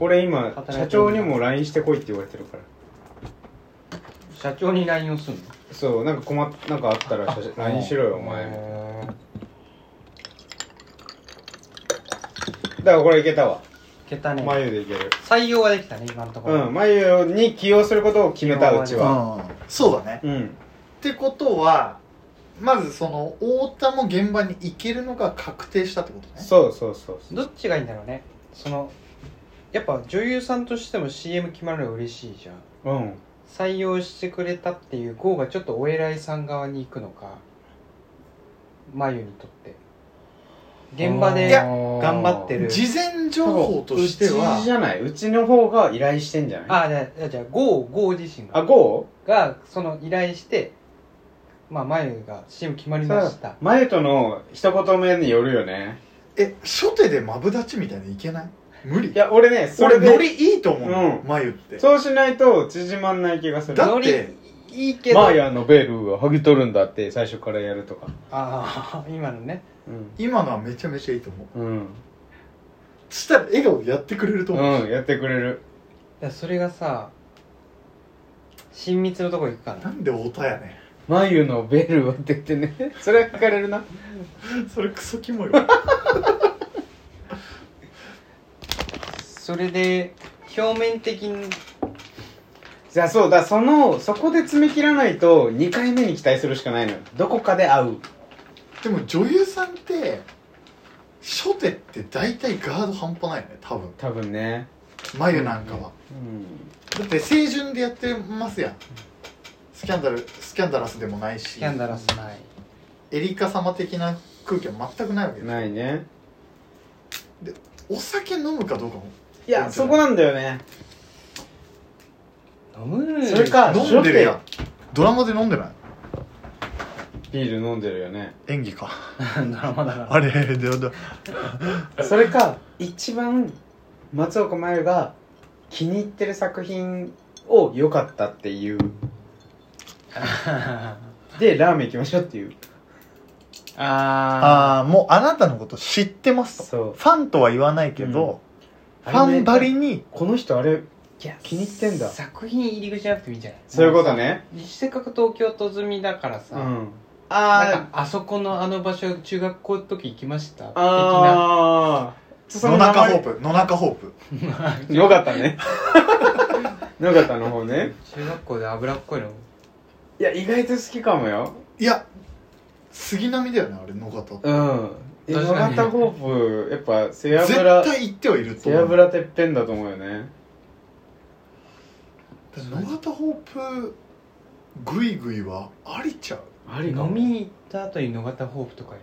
Speaker 2: 俺今
Speaker 3: 働いてる
Speaker 2: 社長にも LINE してこいって言われてるから
Speaker 3: 社長に LINE をするの
Speaker 2: そうなんか困っなんかあったら社 LINE しろよお前だ
Speaker 3: へー
Speaker 2: からこれいけたわ
Speaker 3: いけたね
Speaker 2: 眉でいける
Speaker 3: 採用はできたね今のとこ
Speaker 2: う
Speaker 3: ろ
Speaker 2: ん、眉に起用することを決めたうちは。
Speaker 1: うんそうだね
Speaker 2: うん。
Speaker 1: ってことはまずその太田も現場に行けるのが確定したってことね
Speaker 2: そうそうそうそう。
Speaker 3: どっちがいいんだろうねそのやっぱ女優さんとしても CM 決まるの嬉しいじゃん
Speaker 2: うん。
Speaker 3: 採用してくれたっていう方がちょっとお偉いさん側に行くのか眉にとって現場で
Speaker 1: いや
Speaker 3: 頑張ってる
Speaker 1: 事前情報として
Speaker 2: うちじ
Speaker 1: は
Speaker 2: ゃない。うちの方が依頼してんじゃない
Speaker 3: あじゃあじゃあゴーゴー自身
Speaker 2: あ、
Speaker 3: が
Speaker 2: ゴ
Speaker 3: がその依頼してまあ眉が CM 決まり
Speaker 2: ー
Speaker 3: ま
Speaker 2: さ
Speaker 3: し
Speaker 2: あ
Speaker 3: た、
Speaker 2: 眉との一言目によるよね。
Speaker 1: え初手でマブダチみたいにいけない無理
Speaker 2: いや、俺ね、そ
Speaker 1: 俺
Speaker 2: れ
Speaker 1: ノ
Speaker 2: で、
Speaker 1: リいいと思うの、
Speaker 2: う
Speaker 1: 眉って
Speaker 2: そうしないと縮まんない気がする。
Speaker 1: だ
Speaker 3: よ
Speaker 1: っ
Speaker 3: り
Speaker 1: て
Speaker 3: いいけど
Speaker 2: マーヤのベルは剥ぎ取るんだって最初からやるとか。
Speaker 3: ああ今のね
Speaker 2: う。
Speaker 1: 今のはめちゃめちゃいいと思うん
Speaker 2: うん。
Speaker 1: そしたら笑顔やってくれると思う、
Speaker 2: うん、やってくれる。
Speaker 3: いやそれがさ親密のとこ行くか
Speaker 1: な
Speaker 3: なん
Speaker 1: で太田やね
Speaker 2: 眉のベルはって言ってね。 それは聞かれるな。
Speaker 1: んそれクソキモいわ
Speaker 3: それで表面的に
Speaker 2: じゃあそうだそのそこで詰め切らないと2回目に期待するしかないのよどこかで会う
Speaker 1: でも女優さんって初手って大体ガード半端ないよね多分
Speaker 2: 多分ね
Speaker 1: 眉なんかは、
Speaker 2: うん
Speaker 1: だって清純でやってますやんスキャンダルスキャンダラスでもないし
Speaker 3: スキャンダラスない
Speaker 1: エリカ様的な空気は全くないわけです
Speaker 2: ないね
Speaker 1: お酒飲むかどうかも
Speaker 2: いやそこなんだよね
Speaker 3: 飲む
Speaker 2: それか
Speaker 1: 飲んでるやんドラマで飲んでない
Speaker 2: ビール飲んでるよね
Speaker 1: 演技か
Speaker 3: ドラマだから
Speaker 1: あれでだ
Speaker 2: それか一番松岡茉優が気に入ってる作品を良かったって いうでラーメン行きましょうっていう
Speaker 3: あー
Speaker 1: ああもうあなたのこと知ってますと
Speaker 2: そう
Speaker 1: ファンとは言わないけど、ファンばりに
Speaker 2: この人あれ
Speaker 3: いや
Speaker 2: 気に入ってんだ
Speaker 3: 作品入り口じゃなくてもいいんじゃない
Speaker 2: そういうことね
Speaker 3: もうさせっかく東京都済みだから
Speaker 2: う
Speaker 3: さ、
Speaker 2: ん
Speaker 3: なん
Speaker 2: あ
Speaker 3: かあそこのあの場所中学校の時行きました
Speaker 2: ーあー
Speaker 1: 野中ホ
Speaker 2: ホ
Speaker 1: ープ野中ホープ
Speaker 3: 的な
Speaker 2: よかった ねよかったの方ね
Speaker 3: 中学校で脂っこいの
Speaker 2: いや意外と好きかもよ
Speaker 1: いや杉並だよねあれ野方
Speaker 2: うんえ野
Speaker 3: 確かに
Speaker 2: 方ホープやっぱ背
Speaker 1: 絶
Speaker 2: 脂
Speaker 1: 対行ってはいると
Speaker 2: 背
Speaker 1: 思う
Speaker 2: 脂てっぺんだと思うよね
Speaker 1: 野方ホープグイグイはありちゃう
Speaker 2: あ
Speaker 3: 飲みに行った後に野方ホープとかへ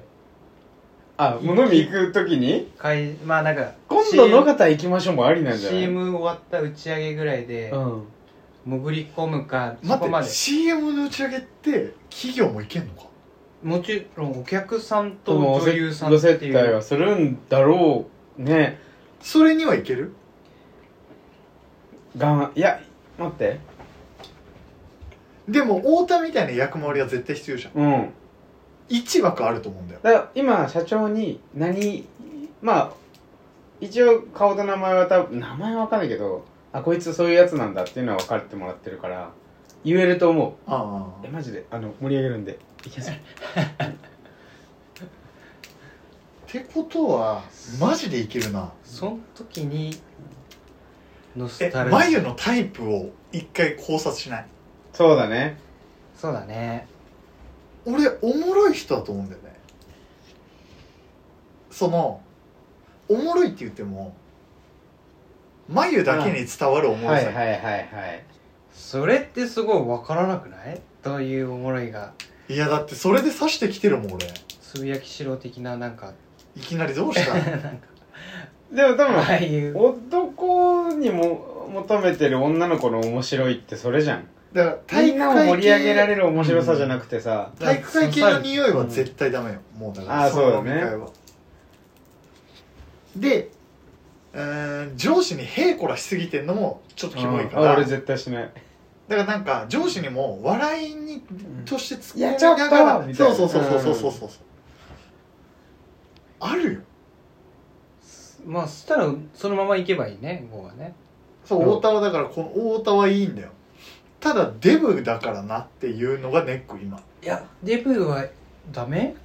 Speaker 2: あもう飲み行く時に
Speaker 3: かいまあなんか
Speaker 2: 今度野方行きましょうもありなんじゃない
Speaker 3: CM 終わった打ち上げぐらいで
Speaker 2: うん
Speaker 3: 潜り込むかそ
Speaker 1: 待
Speaker 3: こ
Speaker 1: っ
Speaker 3: ま
Speaker 1: て
Speaker 3: で
Speaker 1: CM の打ち上げって企業も行けんのか
Speaker 3: もちろんお客さんと
Speaker 2: とも
Speaker 3: 女優さんって
Speaker 2: 接
Speaker 3: い
Speaker 2: 待
Speaker 3: う
Speaker 2: はするんだろうね
Speaker 1: それには行ける
Speaker 2: がんいや待って
Speaker 1: でも太田みたいな役回りは絶対必要じゃん
Speaker 2: うん
Speaker 1: 1枠あると思うんだよ
Speaker 2: だから今社長に何まあ一応顔と名前は多分名前は分かんないけどあこいつそういうやつなんだっていうのは分かってもらってるから言えると思う
Speaker 1: あ
Speaker 2: えマジであの盛り上げるんでいきます
Speaker 1: ってことはマジでいけるな
Speaker 3: その時にノス
Speaker 1: え
Speaker 3: タルジ
Speaker 1: 眉
Speaker 3: ー
Speaker 1: のタイプを一回考察しない
Speaker 2: そうだね
Speaker 3: そうだね
Speaker 1: 俺おもろい人だと思うんだよねそのおもろいって言っても眉だけに伝わるおもろ
Speaker 2: はい
Speaker 1: さ、
Speaker 2: はいはいはい
Speaker 3: それってすごい分からなくないどういうおもろいが
Speaker 1: い、やだってそれで刺してきてるもん俺
Speaker 3: つぶやきしろ的ななんか
Speaker 1: いきなりどうした
Speaker 2: でも多分
Speaker 3: ああいう
Speaker 2: 男にも求めてる女の子の面白いってそれじゃん
Speaker 1: だから
Speaker 2: みんなを盛り上げられ
Speaker 1: る
Speaker 2: る面白さじゃなくてさ、
Speaker 1: 体育会系の匂いは絶対ダメよ、もうだから
Speaker 2: あーそうだ
Speaker 1: の
Speaker 2: ね
Speaker 1: 飲み会はでうーん上司にへいこらしすぎてんのもちょっとキモいか
Speaker 2: あ
Speaker 1: ら、
Speaker 2: 俺
Speaker 1: だか
Speaker 2: 絶対しない
Speaker 1: らなんか上司にも笑いにとして突っ
Speaker 2: いやち
Speaker 1: 込
Speaker 2: ょ
Speaker 1: み
Speaker 2: っと
Speaker 1: ながら
Speaker 2: みたい
Speaker 1: そう
Speaker 2: な
Speaker 1: そうそうそうそうそうそうあるよ
Speaker 3: まあそしたらそのまま行けばいいねゴーはね
Speaker 1: そう
Speaker 2: うん
Speaker 1: 太田はだからこの太田はいいんだよただデブだからなっていうのがネック今
Speaker 3: いやデブはダメ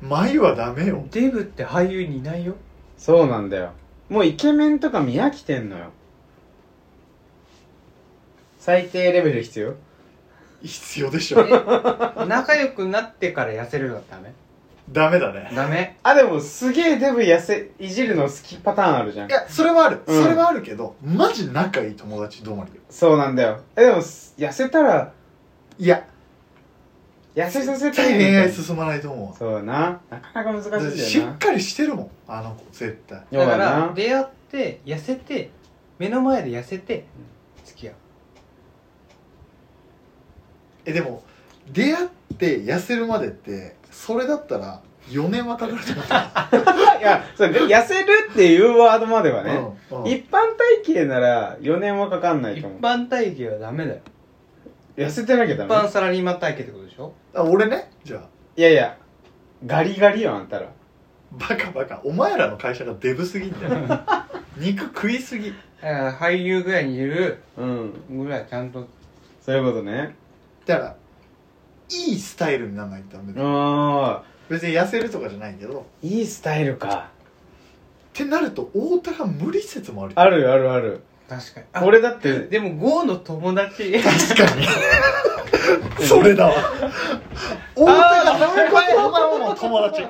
Speaker 1: 眉はダメよ
Speaker 3: デブって俳優にいな いよ
Speaker 2: そうなんだよもうイケメンとか見飽きてんのよ最低レベル必要
Speaker 1: 必要でしょ
Speaker 3: え仲良くなってから痩せるのはダメ
Speaker 1: ダメだね
Speaker 3: ダメ
Speaker 2: あでもすげえデブ痩せいじるの好きパターンあるじゃん
Speaker 1: いやそれはある、
Speaker 2: うん
Speaker 1: それはあるけどマジ仲いい友達どまりよ
Speaker 2: そうなんだよえでもす痩せたら
Speaker 1: いや
Speaker 2: 痩せさせ
Speaker 1: 絶
Speaker 2: たい
Speaker 1: 対
Speaker 2: みた
Speaker 1: 恋
Speaker 2: いな
Speaker 1: 愛 進まないと思
Speaker 2: そうだななかなか難しいん
Speaker 1: う
Speaker 2: だ
Speaker 1: し
Speaker 2: よ
Speaker 1: っかりしてるもんあの子絶対
Speaker 2: な
Speaker 3: だか
Speaker 2: そう
Speaker 3: ら
Speaker 2: な
Speaker 3: 出会って痩せて目の前で痩せて付き合う
Speaker 1: えでも出会って痩せるまでってそれだったら4年はかかると思
Speaker 2: いやそうで痩せるっていうワードまではね、
Speaker 1: う、うんうん
Speaker 2: 一般体型なら4年はかかんない
Speaker 3: 一
Speaker 2: と思う
Speaker 3: 般体型はダメだよ
Speaker 2: 痩せてなきゃ
Speaker 3: 一
Speaker 2: ダ
Speaker 3: 般
Speaker 2: メ
Speaker 3: サラリーマン体型ってことでしょ
Speaker 1: あ俺ねじゃあ
Speaker 2: いやいやガリガリよあんたら
Speaker 1: バカバカお前らの会社がデブすぎんだよ 肉食いすぎ
Speaker 3: だから俳優ぐらいにいる
Speaker 2: うん
Speaker 3: ぐらいちゃんと
Speaker 2: そういうことね
Speaker 1: だからいいスタイルにならないとダメだよ
Speaker 2: あ
Speaker 1: 別に痩せるとかじゃないけどっ
Speaker 2: ーいいスタイルか
Speaker 1: てなると太田が無理説もあるよ
Speaker 2: あるあるある
Speaker 3: 確かに
Speaker 2: 俺だって
Speaker 3: でもゴーの 友達
Speaker 1: 確かにそれだわ大田がダメこれお前はもう友達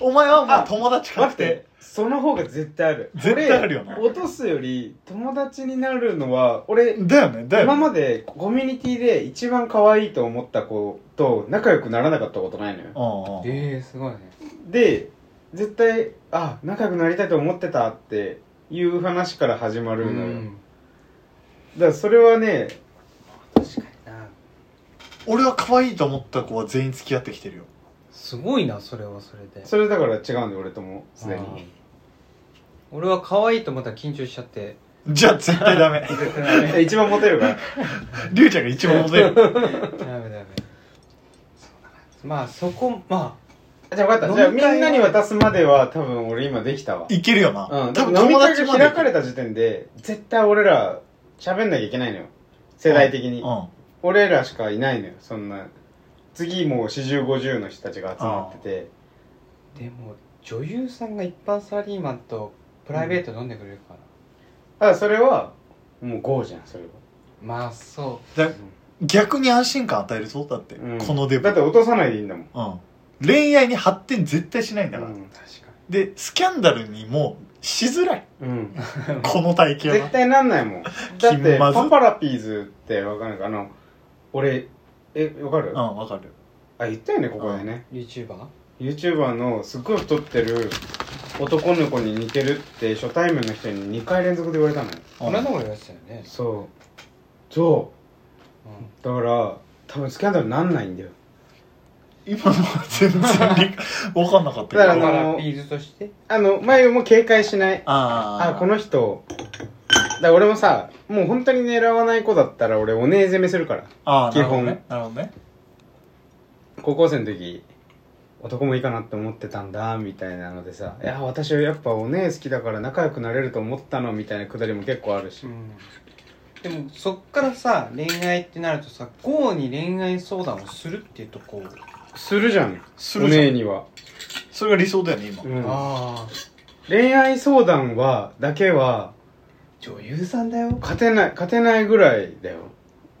Speaker 1: お前はもう友達
Speaker 2: 待っ
Speaker 1: 確定
Speaker 2: てその方が絶対ある
Speaker 1: 絶対あるよね
Speaker 2: 俺落とすより友達になるのは俺
Speaker 1: だよねだよ
Speaker 2: 今
Speaker 1: ね
Speaker 2: までコミュニティで一番可愛いと思った子と仲良くならなかったことないのよ
Speaker 1: うんうん
Speaker 3: ええすごいね
Speaker 2: で絶対あ仲良くなりたいと思ってたっていう話から始まるのよ、だからそれはね
Speaker 3: 確かにな
Speaker 1: 俺は可愛いと思った子は全員付き合ってきてるよ
Speaker 3: すごいなそれはそれで
Speaker 2: それだから違うんで俺ともすでに
Speaker 3: 俺は可愛いと思ったら緊張しち ゃって
Speaker 1: じゃあ絶対ダメ
Speaker 2: 一番モテるから
Speaker 1: りゅうちゃんが一番モテ る
Speaker 3: ダメダメそうだなまあそこま
Speaker 2: じゃあ分かったじゃあみんなに渡すまでは多分俺今できたわ
Speaker 1: いけるよ
Speaker 2: う、
Speaker 1: なん多
Speaker 2: 多分
Speaker 1: 分
Speaker 2: 飲み
Speaker 1: 友
Speaker 2: 会
Speaker 1: 達
Speaker 2: が
Speaker 1: まで
Speaker 2: 開かれた時点で絶対俺ら喋んなきゃいけないのよ世代的に、
Speaker 1: うん
Speaker 2: 俺らしかいないのよそんな次もう4050の人たちが集まってて
Speaker 3: あでも女優さんが一般サラリーマンとプライベート飲んでくれるから、
Speaker 2: ただそれはもうゴーじゃんそれは
Speaker 3: まあそ
Speaker 1: だ逆に安心感与えるぞだって
Speaker 2: うん
Speaker 1: このデブ
Speaker 2: だって落とさないでいいんだもん
Speaker 1: うん恋愛に発展絶対しないんだから
Speaker 2: うん
Speaker 3: う確か
Speaker 1: でスキャンダルにもしづらい
Speaker 2: うん、
Speaker 1: この体型は
Speaker 2: 絶対なん ないもんだって
Speaker 1: 気まず
Speaker 2: パパラピーズってわかんないかあの俺えわかる、
Speaker 1: う
Speaker 2: あ
Speaker 1: んわかる
Speaker 2: 言ったよねここでね、
Speaker 3: に YouTuber?
Speaker 2: YouTuber のすっごい太ってる男の子に似てるって初対面の人に2回連続で言われたのよ
Speaker 3: この間も言われてたよね、
Speaker 2: そうそ
Speaker 3: うん
Speaker 2: うだから多分スキャンダルなんないんだよ
Speaker 1: 今のは全然理解わかんなかったけど
Speaker 2: だから
Speaker 3: だ
Speaker 2: あの
Speaker 3: からビーズとして
Speaker 2: あの前も警戒しない
Speaker 1: あ
Speaker 2: あ
Speaker 1: ー
Speaker 2: この人だから俺もさもう本当に狙わない子だったら俺お姉攻めするから
Speaker 1: あー
Speaker 2: 基本
Speaker 1: なるほどねなるほどね
Speaker 2: 高校生の時男もいいかなって思ってたんだみたいなのでさ「いや私はやっぱお姉好きだから仲良くなれると思ったの」みたいなくだりも結構あるし
Speaker 3: でもそっからさ恋愛ってなるとさゴーに恋愛相談をするっていうとこ、
Speaker 2: するじゃん
Speaker 1: するじゃん
Speaker 2: お姉には、
Speaker 1: それが理想だよね今
Speaker 2: うん
Speaker 3: ああ
Speaker 2: 恋愛相談はだけは
Speaker 3: 女優さんだよ
Speaker 2: 勝てない勝てないぐらいだよ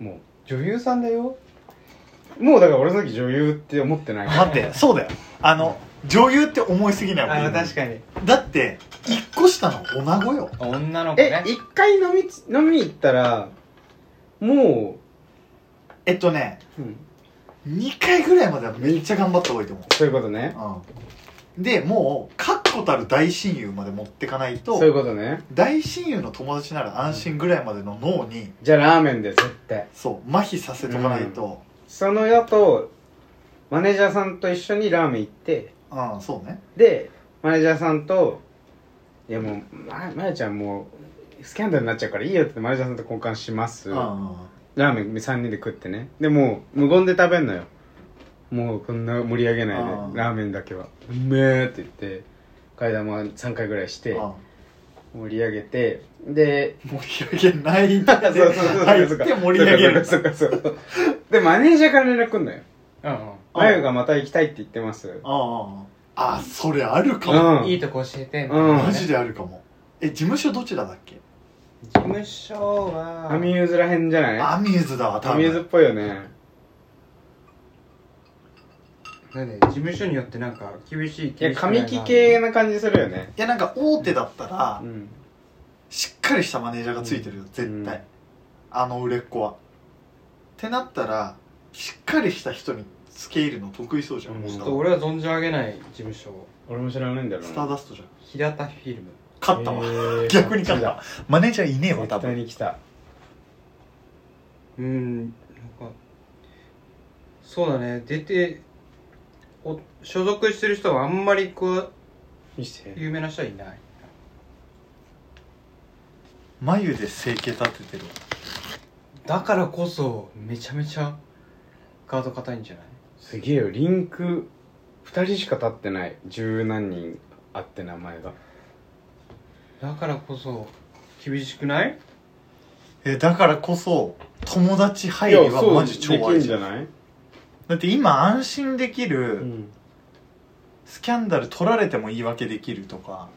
Speaker 2: も
Speaker 3: 女優さんだよ
Speaker 2: うもうだから俺の時女優って思ってないから
Speaker 1: 待ってそうだよあの女優って思いすぎない
Speaker 3: あ
Speaker 1: 方
Speaker 3: あ
Speaker 1: がいい
Speaker 3: 確かに
Speaker 1: だって一個下の女子よ
Speaker 3: 女の子
Speaker 2: え
Speaker 3: ね
Speaker 2: 一回飲みつ飲み行ったらも
Speaker 1: えっとね
Speaker 2: う、うん
Speaker 1: 2回ぐらいまではめっちゃ頑張った方がいいと思
Speaker 2: そういうことね
Speaker 1: う、うん、でもう確固たる大親友まで持ってかないと
Speaker 2: そういうことね
Speaker 1: 大親友の友達なら安心ぐらいまでの脳に
Speaker 2: じゃあラーメンで絶対
Speaker 1: そう麻痺させとかないと
Speaker 2: その後マネージャーさんと一緒にラーメン行って
Speaker 1: うん、そうね
Speaker 2: でマネージャーさんと「いやもうままやちゃんもうスキャンダルになっちゃうからいいよ」ってマネージャーさんと交換します、
Speaker 1: うんうんうん
Speaker 2: ラーメン3人で食ってねでもう無言で食べんのよもうこんな盛り上げないで
Speaker 1: うん
Speaker 2: ラーメンだけは「うめえ」って言って階段も3回ぐらいし
Speaker 1: う
Speaker 2: て
Speaker 1: ん
Speaker 2: 盛り上げてで
Speaker 1: 盛り上げないって
Speaker 2: そうそうそうそう
Speaker 1: 入って盛り上げる
Speaker 2: そうかそうかそうかでマネージャーから連絡くんのよ
Speaker 3: うん
Speaker 2: 「まゆがまた行きたいって言ってます」
Speaker 1: うんうんうんあそれあるか
Speaker 2: う
Speaker 1: も、
Speaker 2: ん
Speaker 3: うん、いいとこ教えて、
Speaker 2: うん
Speaker 1: マジであるかもえ事務所どちらだっけ
Speaker 3: 事務所は
Speaker 2: アミューズらへんじゃない
Speaker 1: アミューズだわ多
Speaker 2: ア
Speaker 1: 分
Speaker 2: ミューズっぽいよね
Speaker 3: なんで事務所によってなんか厳しい
Speaker 2: いや
Speaker 3: 厳しくない
Speaker 2: 神木系
Speaker 3: な
Speaker 2: な感じするよね
Speaker 1: いやなんか大手だったら、
Speaker 2: うん
Speaker 1: しっかりしたマネージャーがついてるよ絶対、
Speaker 2: うん
Speaker 1: あの売れっ子はってなったらしっかりした人につけ入るの得意そうじゃん、
Speaker 2: うん
Speaker 3: ちょっと俺は存じ上げない事務所
Speaker 2: 俺も知らないんだろうな
Speaker 1: スターダストじゃん
Speaker 3: 平田フィルム
Speaker 1: 勝ったわ、
Speaker 2: えー
Speaker 1: 逆に勝ったマネージャーいねえわ多
Speaker 2: 絶対
Speaker 1: 分
Speaker 2: に来た
Speaker 3: うんなんかそうだね出てお所属してる人はあんまりこう
Speaker 2: 見して
Speaker 3: 有名な人はいない
Speaker 1: 眉で整形立ててるわ
Speaker 3: だからこそめちゃめちゃガード硬いんじゃない
Speaker 2: すげえよリンク2人しか立ってない十何人あって名前が
Speaker 3: だからこそ厳しくない
Speaker 1: えだからこそ友達入りはマジ超
Speaker 2: でき
Speaker 1: 愛
Speaker 2: ん
Speaker 1: じ
Speaker 2: じ
Speaker 1: ゃ
Speaker 2: ゃ
Speaker 1: ん
Speaker 2: ない
Speaker 1: だって今安心できる、
Speaker 2: うん
Speaker 1: スキャンダル取られても言い訳できるとか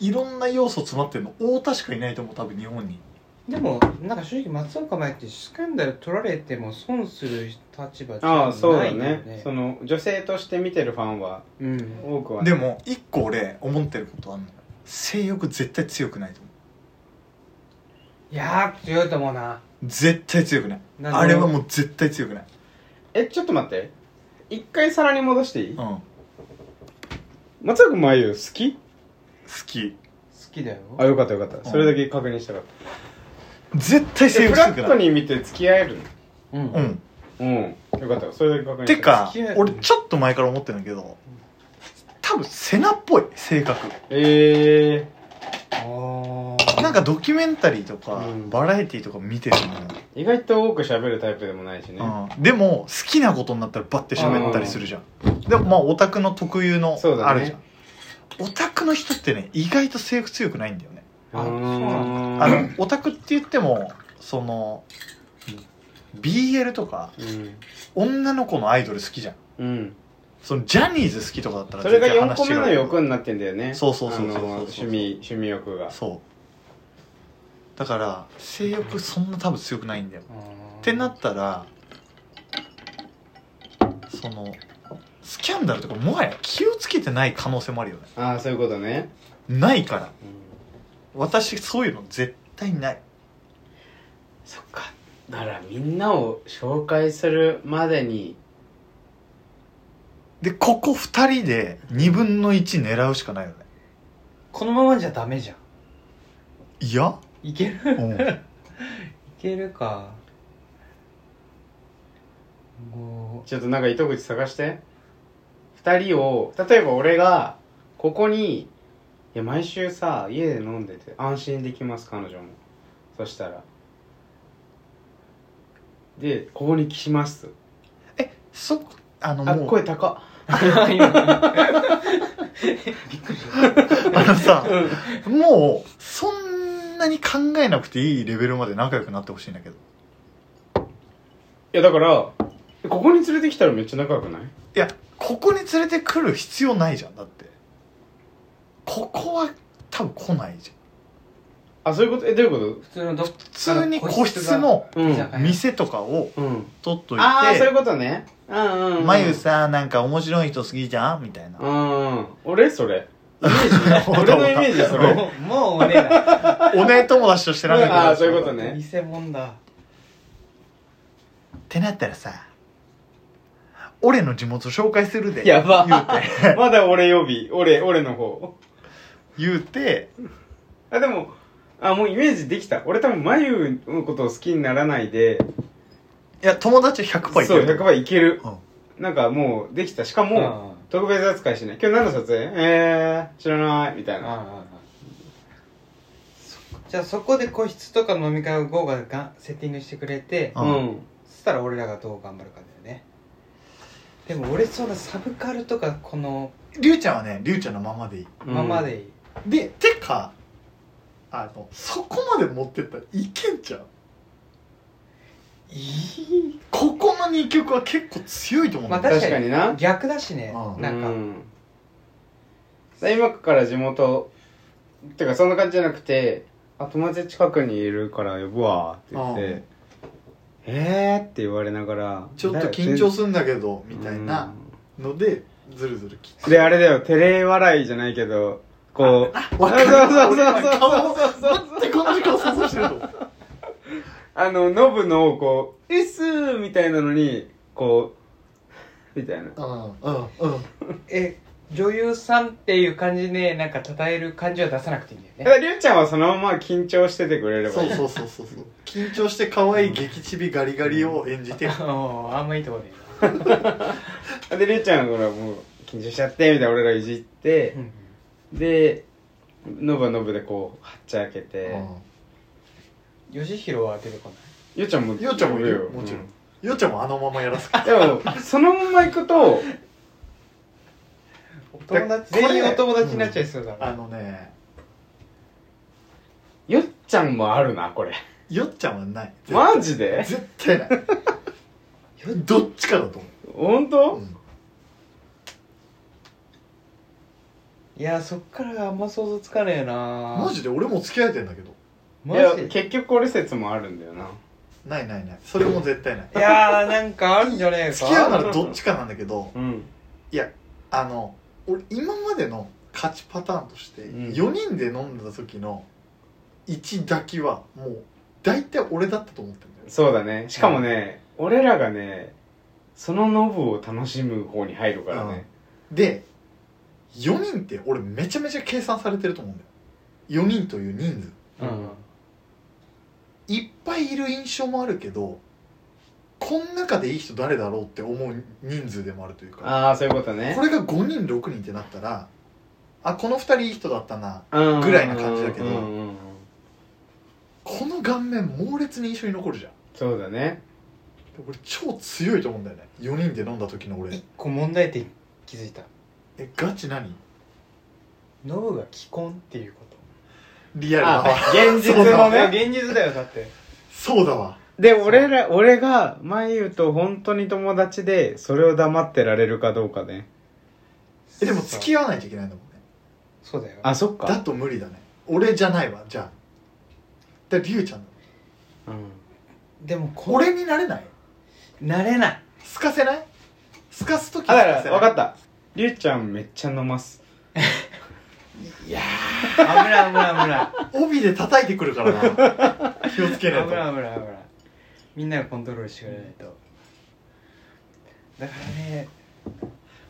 Speaker 1: いろんな要素詰まってるの太田しかいないと思う多分日本に
Speaker 3: でもなんか正直松岡前ってスキャンダル取られても損する立場じゃない
Speaker 2: ああそうだ
Speaker 3: よ
Speaker 2: ねその女性として見てるファンは
Speaker 3: うん
Speaker 2: 多くは
Speaker 1: でも一個俺思ってることあんの性欲絶対強くないと思
Speaker 3: いやー強いと思うな
Speaker 1: う絶対強くない
Speaker 3: なんで
Speaker 1: あれはもう絶対強くない
Speaker 2: えちょっと待って一回皿に戻していい
Speaker 1: うん
Speaker 2: 松坂真優好き
Speaker 1: き
Speaker 3: きだよ
Speaker 2: あよかったよかったそれだけ確認したかった
Speaker 1: 絶対
Speaker 2: で
Speaker 1: 性
Speaker 2: フ
Speaker 1: 欲す
Speaker 2: ラ
Speaker 1: るか
Speaker 2: ッ
Speaker 1: ら
Speaker 2: トに見て付き合える
Speaker 3: う
Speaker 1: うんん
Speaker 2: うんよかったそれだけ確認し
Speaker 1: て
Speaker 2: た
Speaker 1: か
Speaker 2: 付き合え
Speaker 1: 俺ちょっと前から思ってるんだけど多分セナっぽい性格
Speaker 2: ええ
Speaker 3: あ
Speaker 1: なんかドキュメンタリーとか、
Speaker 2: うん
Speaker 1: バラエティーとか見てるのよ、
Speaker 2: ー、意外と多く喋るタイプでもないしね、
Speaker 1: うん、でも好きなことになったらバッて喋ったりするじゃんでもまあオタクの特有の
Speaker 2: そうだね
Speaker 1: あるじゃん、オタクの人ってね意外と性欲強くないんだよね
Speaker 3: あ
Speaker 2: ー
Speaker 3: そうなん
Speaker 1: あのオタクって言ってもその BL とか
Speaker 2: うん
Speaker 1: 女の子のアイドル好きじゃん
Speaker 2: うん
Speaker 1: そのジャニーズ好きとかだったら
Speaker 2: それが4
Speaker 1: 話
Speaker 2: 個目の
Speaker 1: 違う
Speaker 2: 欲になってんだよね
Speaker 1: そうそうそうそうそ
Speaker 2: あの
Speaker 1: うそう
Speaker 2: 趣味趣味欲が
Speaker 1: そうだから性欲そんな多分強くないんだよ
Speaker 3: っ
Speaker 1: ってなったらそのスキャンダルとかもはや気をつけてない可能性もあるよね
Speaker 2: ああそういうことね、
Speaker 1: ないから
Speaker 2: うん
Speaker 1: 私そういうの絶対ない
Speaker 2: そっかだからみんなを紹介するまでに
Speaker 1: でここ2人で2分の1狙うしかないよね
Speaker 3: このままじゃダメじゃん
Speaker 1: いや、
Speaker 3: いけるい
Speaker 1: うん、
Speaker 3: けるか も
Speaker 2: ちょっとなんか糸口探して2人を例えば俺がここにいや毎週さ家で飲んでて安心できます彼女もそしたらでここに来ます
Speaker 1: そあの
Speaker 2: あ
Speaker 1: もう
Speaker 2: 声高っ
Speaker 3: う今びっくりした
Speaker 1: あのさもうそんなに考えなくていいレベルまで仲良くなってほしいんだけど
Speaker 2: いやだからここに連れてきたらめっちゃ仲良くない
Speaker 1: いやここに連れてくる必要ないじゃんだってここは多分来ないじゃん
Speaker 2: あそういうことえどういう
Speaker 3: 普通のど
Speaker 1: 普通に個室の
Speaker 2: ことうん
Speaker 1: 店とかを
Speaker 2: うん
Speaker 1: 取っとい
Speaker 2: ああそういう
Speaker 1: て
Speaker 2: ことねうんうんう
Speaker 1: 「
Speaker 2: ん
Speaker 1: まゆさなんか面白い人好きじゃん?」みたいな
Speaker 2: うん俺それイメ ージ
Speaker 1: 本
Speaker 2: 俺
Speaker 1: 当
Speaker 2: のイメージそ れ
Speaker 3: もうもうおねえだ
Speaker 1: お姉友達として仲良くな
Speaker 2: ああ
Speaker 1: る
Speaker 2: そういう
Speaker 1: っ
Speaker 2: ことね
Speaker 3: 偽物だ
Speaker 1: てなったらさ俺の地元紹介するで
Speaker 2: やば
Speaker 1: 言うて
Speaker 2: まだ俺予備俺俺の方
Speaker 1: 言うて
Speaker 2: あでもあもうイメージできた俺多分眉のことを好きにならないで
Speaker 1: いや友達100%い
Speaker 2: そう
Speaker 1: ける
Speaker 2: 100倍いける、
Speaker 1: うん
Speaker 2: なんかもうできたしかも、
Speaker 3: も
Speaker 2: 特別扱いしない今日何の撮影えー、知らないみたいな
Speaker 3: そっかじゃあそこで個室とか飲み会を豪華でがセッティングしてくれて
Speaker 1: う
Speaker 2: うんん、
Speaker 3: そしたら俺らがどう頑張るかだよねでも俺そんなサブカルとかこの
Speaker 1: りゅうちゃんはねりゅうちゃんのままでいい
Speaker 2: うん
Speaker 3: ままでいい、
Speaker 1: でてかあのそこまで持ってったらいけんじゃん
Speaker 3: いい
Speaker 1: ここの2曲は結構強いと思うんだよ、
Speaker 3: まあ
Speaker 2: 確かにな
Speaker 3: 逆だしね
Speaker 1: うん
Speaker 3: なんか、
Speaker 2: うん、さ今から地元ってかそんな感じじゃなくてあ友達近くにいるから呼ぶわって言って「えー?」って言われながら
Speaker 1: ちょっと緊張するんだけどみたいなのでずるずる切っ
Speaker 2: うんであれだよ照れ笑いじゃないけどこう
Speaker 1: わ
Speaker 2: そうそうそう
Speaker 1: 俺
Speaker 2: そう
Speaker 1: は顔を
Speaker 2: そうそう
Speaker 1: てこの時間想像してると思う
Speaker 2: あのノブのこう「うっすー」みたいなのにこうみたいな
Speaker 1: うんうんうん
Speaker 3: え女優さんっていう感じでなんか称える感じは出さなくていいんだよね
Speaker 2: ただりゅうちゃんはそのまま緊張しててくれれば
Speaker 1: そ
Speaker 2: いうい
Speaker 1: そうそうそうそう緊張して可愛い激チビガリガリを演じて
Speaker 3: おーあんまいいとこでいいな
Speaker 2: でりゅうちゃんはほらもう緊張しちゃってみたいな俺らいじって、でノブはノブでこうはっちゃ開けて、
Speaker 3: ヨシヒロは出てこない
Speaker 2: ゆうちゃんも
Speaker 1: ようちゃんもいるよ
Speaker 2: 呼ぶ
Speaker 1: もちろんようちゃんもあのままやらすか
Speaker 2: うんでもそのまま行くと
Speaker 3: お友達
Speaker 1: これ
Speaker 3: 全員お友達になっちゃいそうだ
Speaker 1: らあ
Speaker 3: な
Speaker 1: のね
Speaker 2: よっちゃんもあるなこれ
Speaker 1: よっちゃんはない
Speaker 2: マジで
Speaker 1: 絶対ないどっちかだと思
Speaker 2: 本当、
Speaker 1: う、うん
Speaker 3: いやそっからがあんま想像つかねえな
Speaker 1: マジで俺も付き合えてんだけど
Speaker 2: いや
Speaker 3: マジ
Speaker 2: 結局俺説もあるんだよな
Speaker 1: ないないないそれも絶対ない
Speaker 3: いやーなんかあるんじゃねえか
Speaker 1: 付き合うならどっちかなんだけど
Speaker 2: うん
Speaker 1: あの俺今までの勝ちパターンとして
Speaker 2: うん
Speaker 1: 4人で飲んだ時の1抱きはもう大体俺だったと思ってるんだよ
Speaker 2: そうだねしかもね、俺らがねそのノブを楽しむ方に入るからね、
Speaker 1: で4人って俺めちゃめちゃ計算されてると思うんだよ4人という人数
Speaker 2: うん
Speaker 1: いっぱいいる印象もあるけどこん中でいい人誰だろうって思う人数でもあるというか
Speaker 2: ああそういうことね
Speaker 1: これが5人6人ってなったらあこの2人いい人だったな
Speaker 2: ぐ
Speaker 1: ぐらいな感じだけど
Speaker 2: うんうんうん
Speaker 1: この顔面猛烈に印象に残るじゃん
Speaker 2: そうだね
Speaker 1: 俺超強いと思うんだよね4人で飲んだ時の俺
Speaker 3: 一個問題点気づいた
Speaker 1: えガチ何
Speaker 3: ノブが既婚っていうこと
Speaker 1: リアルだわ
Speaker 2: あ現実のね
Speaker 3: 現実だよだって
Speaker 1: そうだわ
Speaker 2: で俺ら俺が眉と本当に友達でそれを黙ってられるかどうかね
Speaker 1: えでも付き合わないといけないんだもんね
Speaker 3: そうだよ
Speaker 2: あそっ
Speaker 1: だ
Speaker 2: か
Speaker 1: と無理だね俺じゃないわじゃあだリュウちゃんだ
Speaker 2: うん
Speaker 3: でもこれ
Speaker 1: 俺になれない
Speaker 3: なれない
Speaker 1: すかせないすかす時
Speaker 2: あだから分かったたりゅうちゃんめっちゃ飲ます
Speaker 1: いや
Speaker 3: 危ない危ない
Speaker 1: ー帯で叩いてくるからな 気をつ
Speaker 3: 危
Speaker 1: けない
Speaker 3: な
Speaker 1: い
Speaker 3: 危
Speaker 1: と
Speaker 3: ない危ない危ないみんながコントロールしてくれないとだからね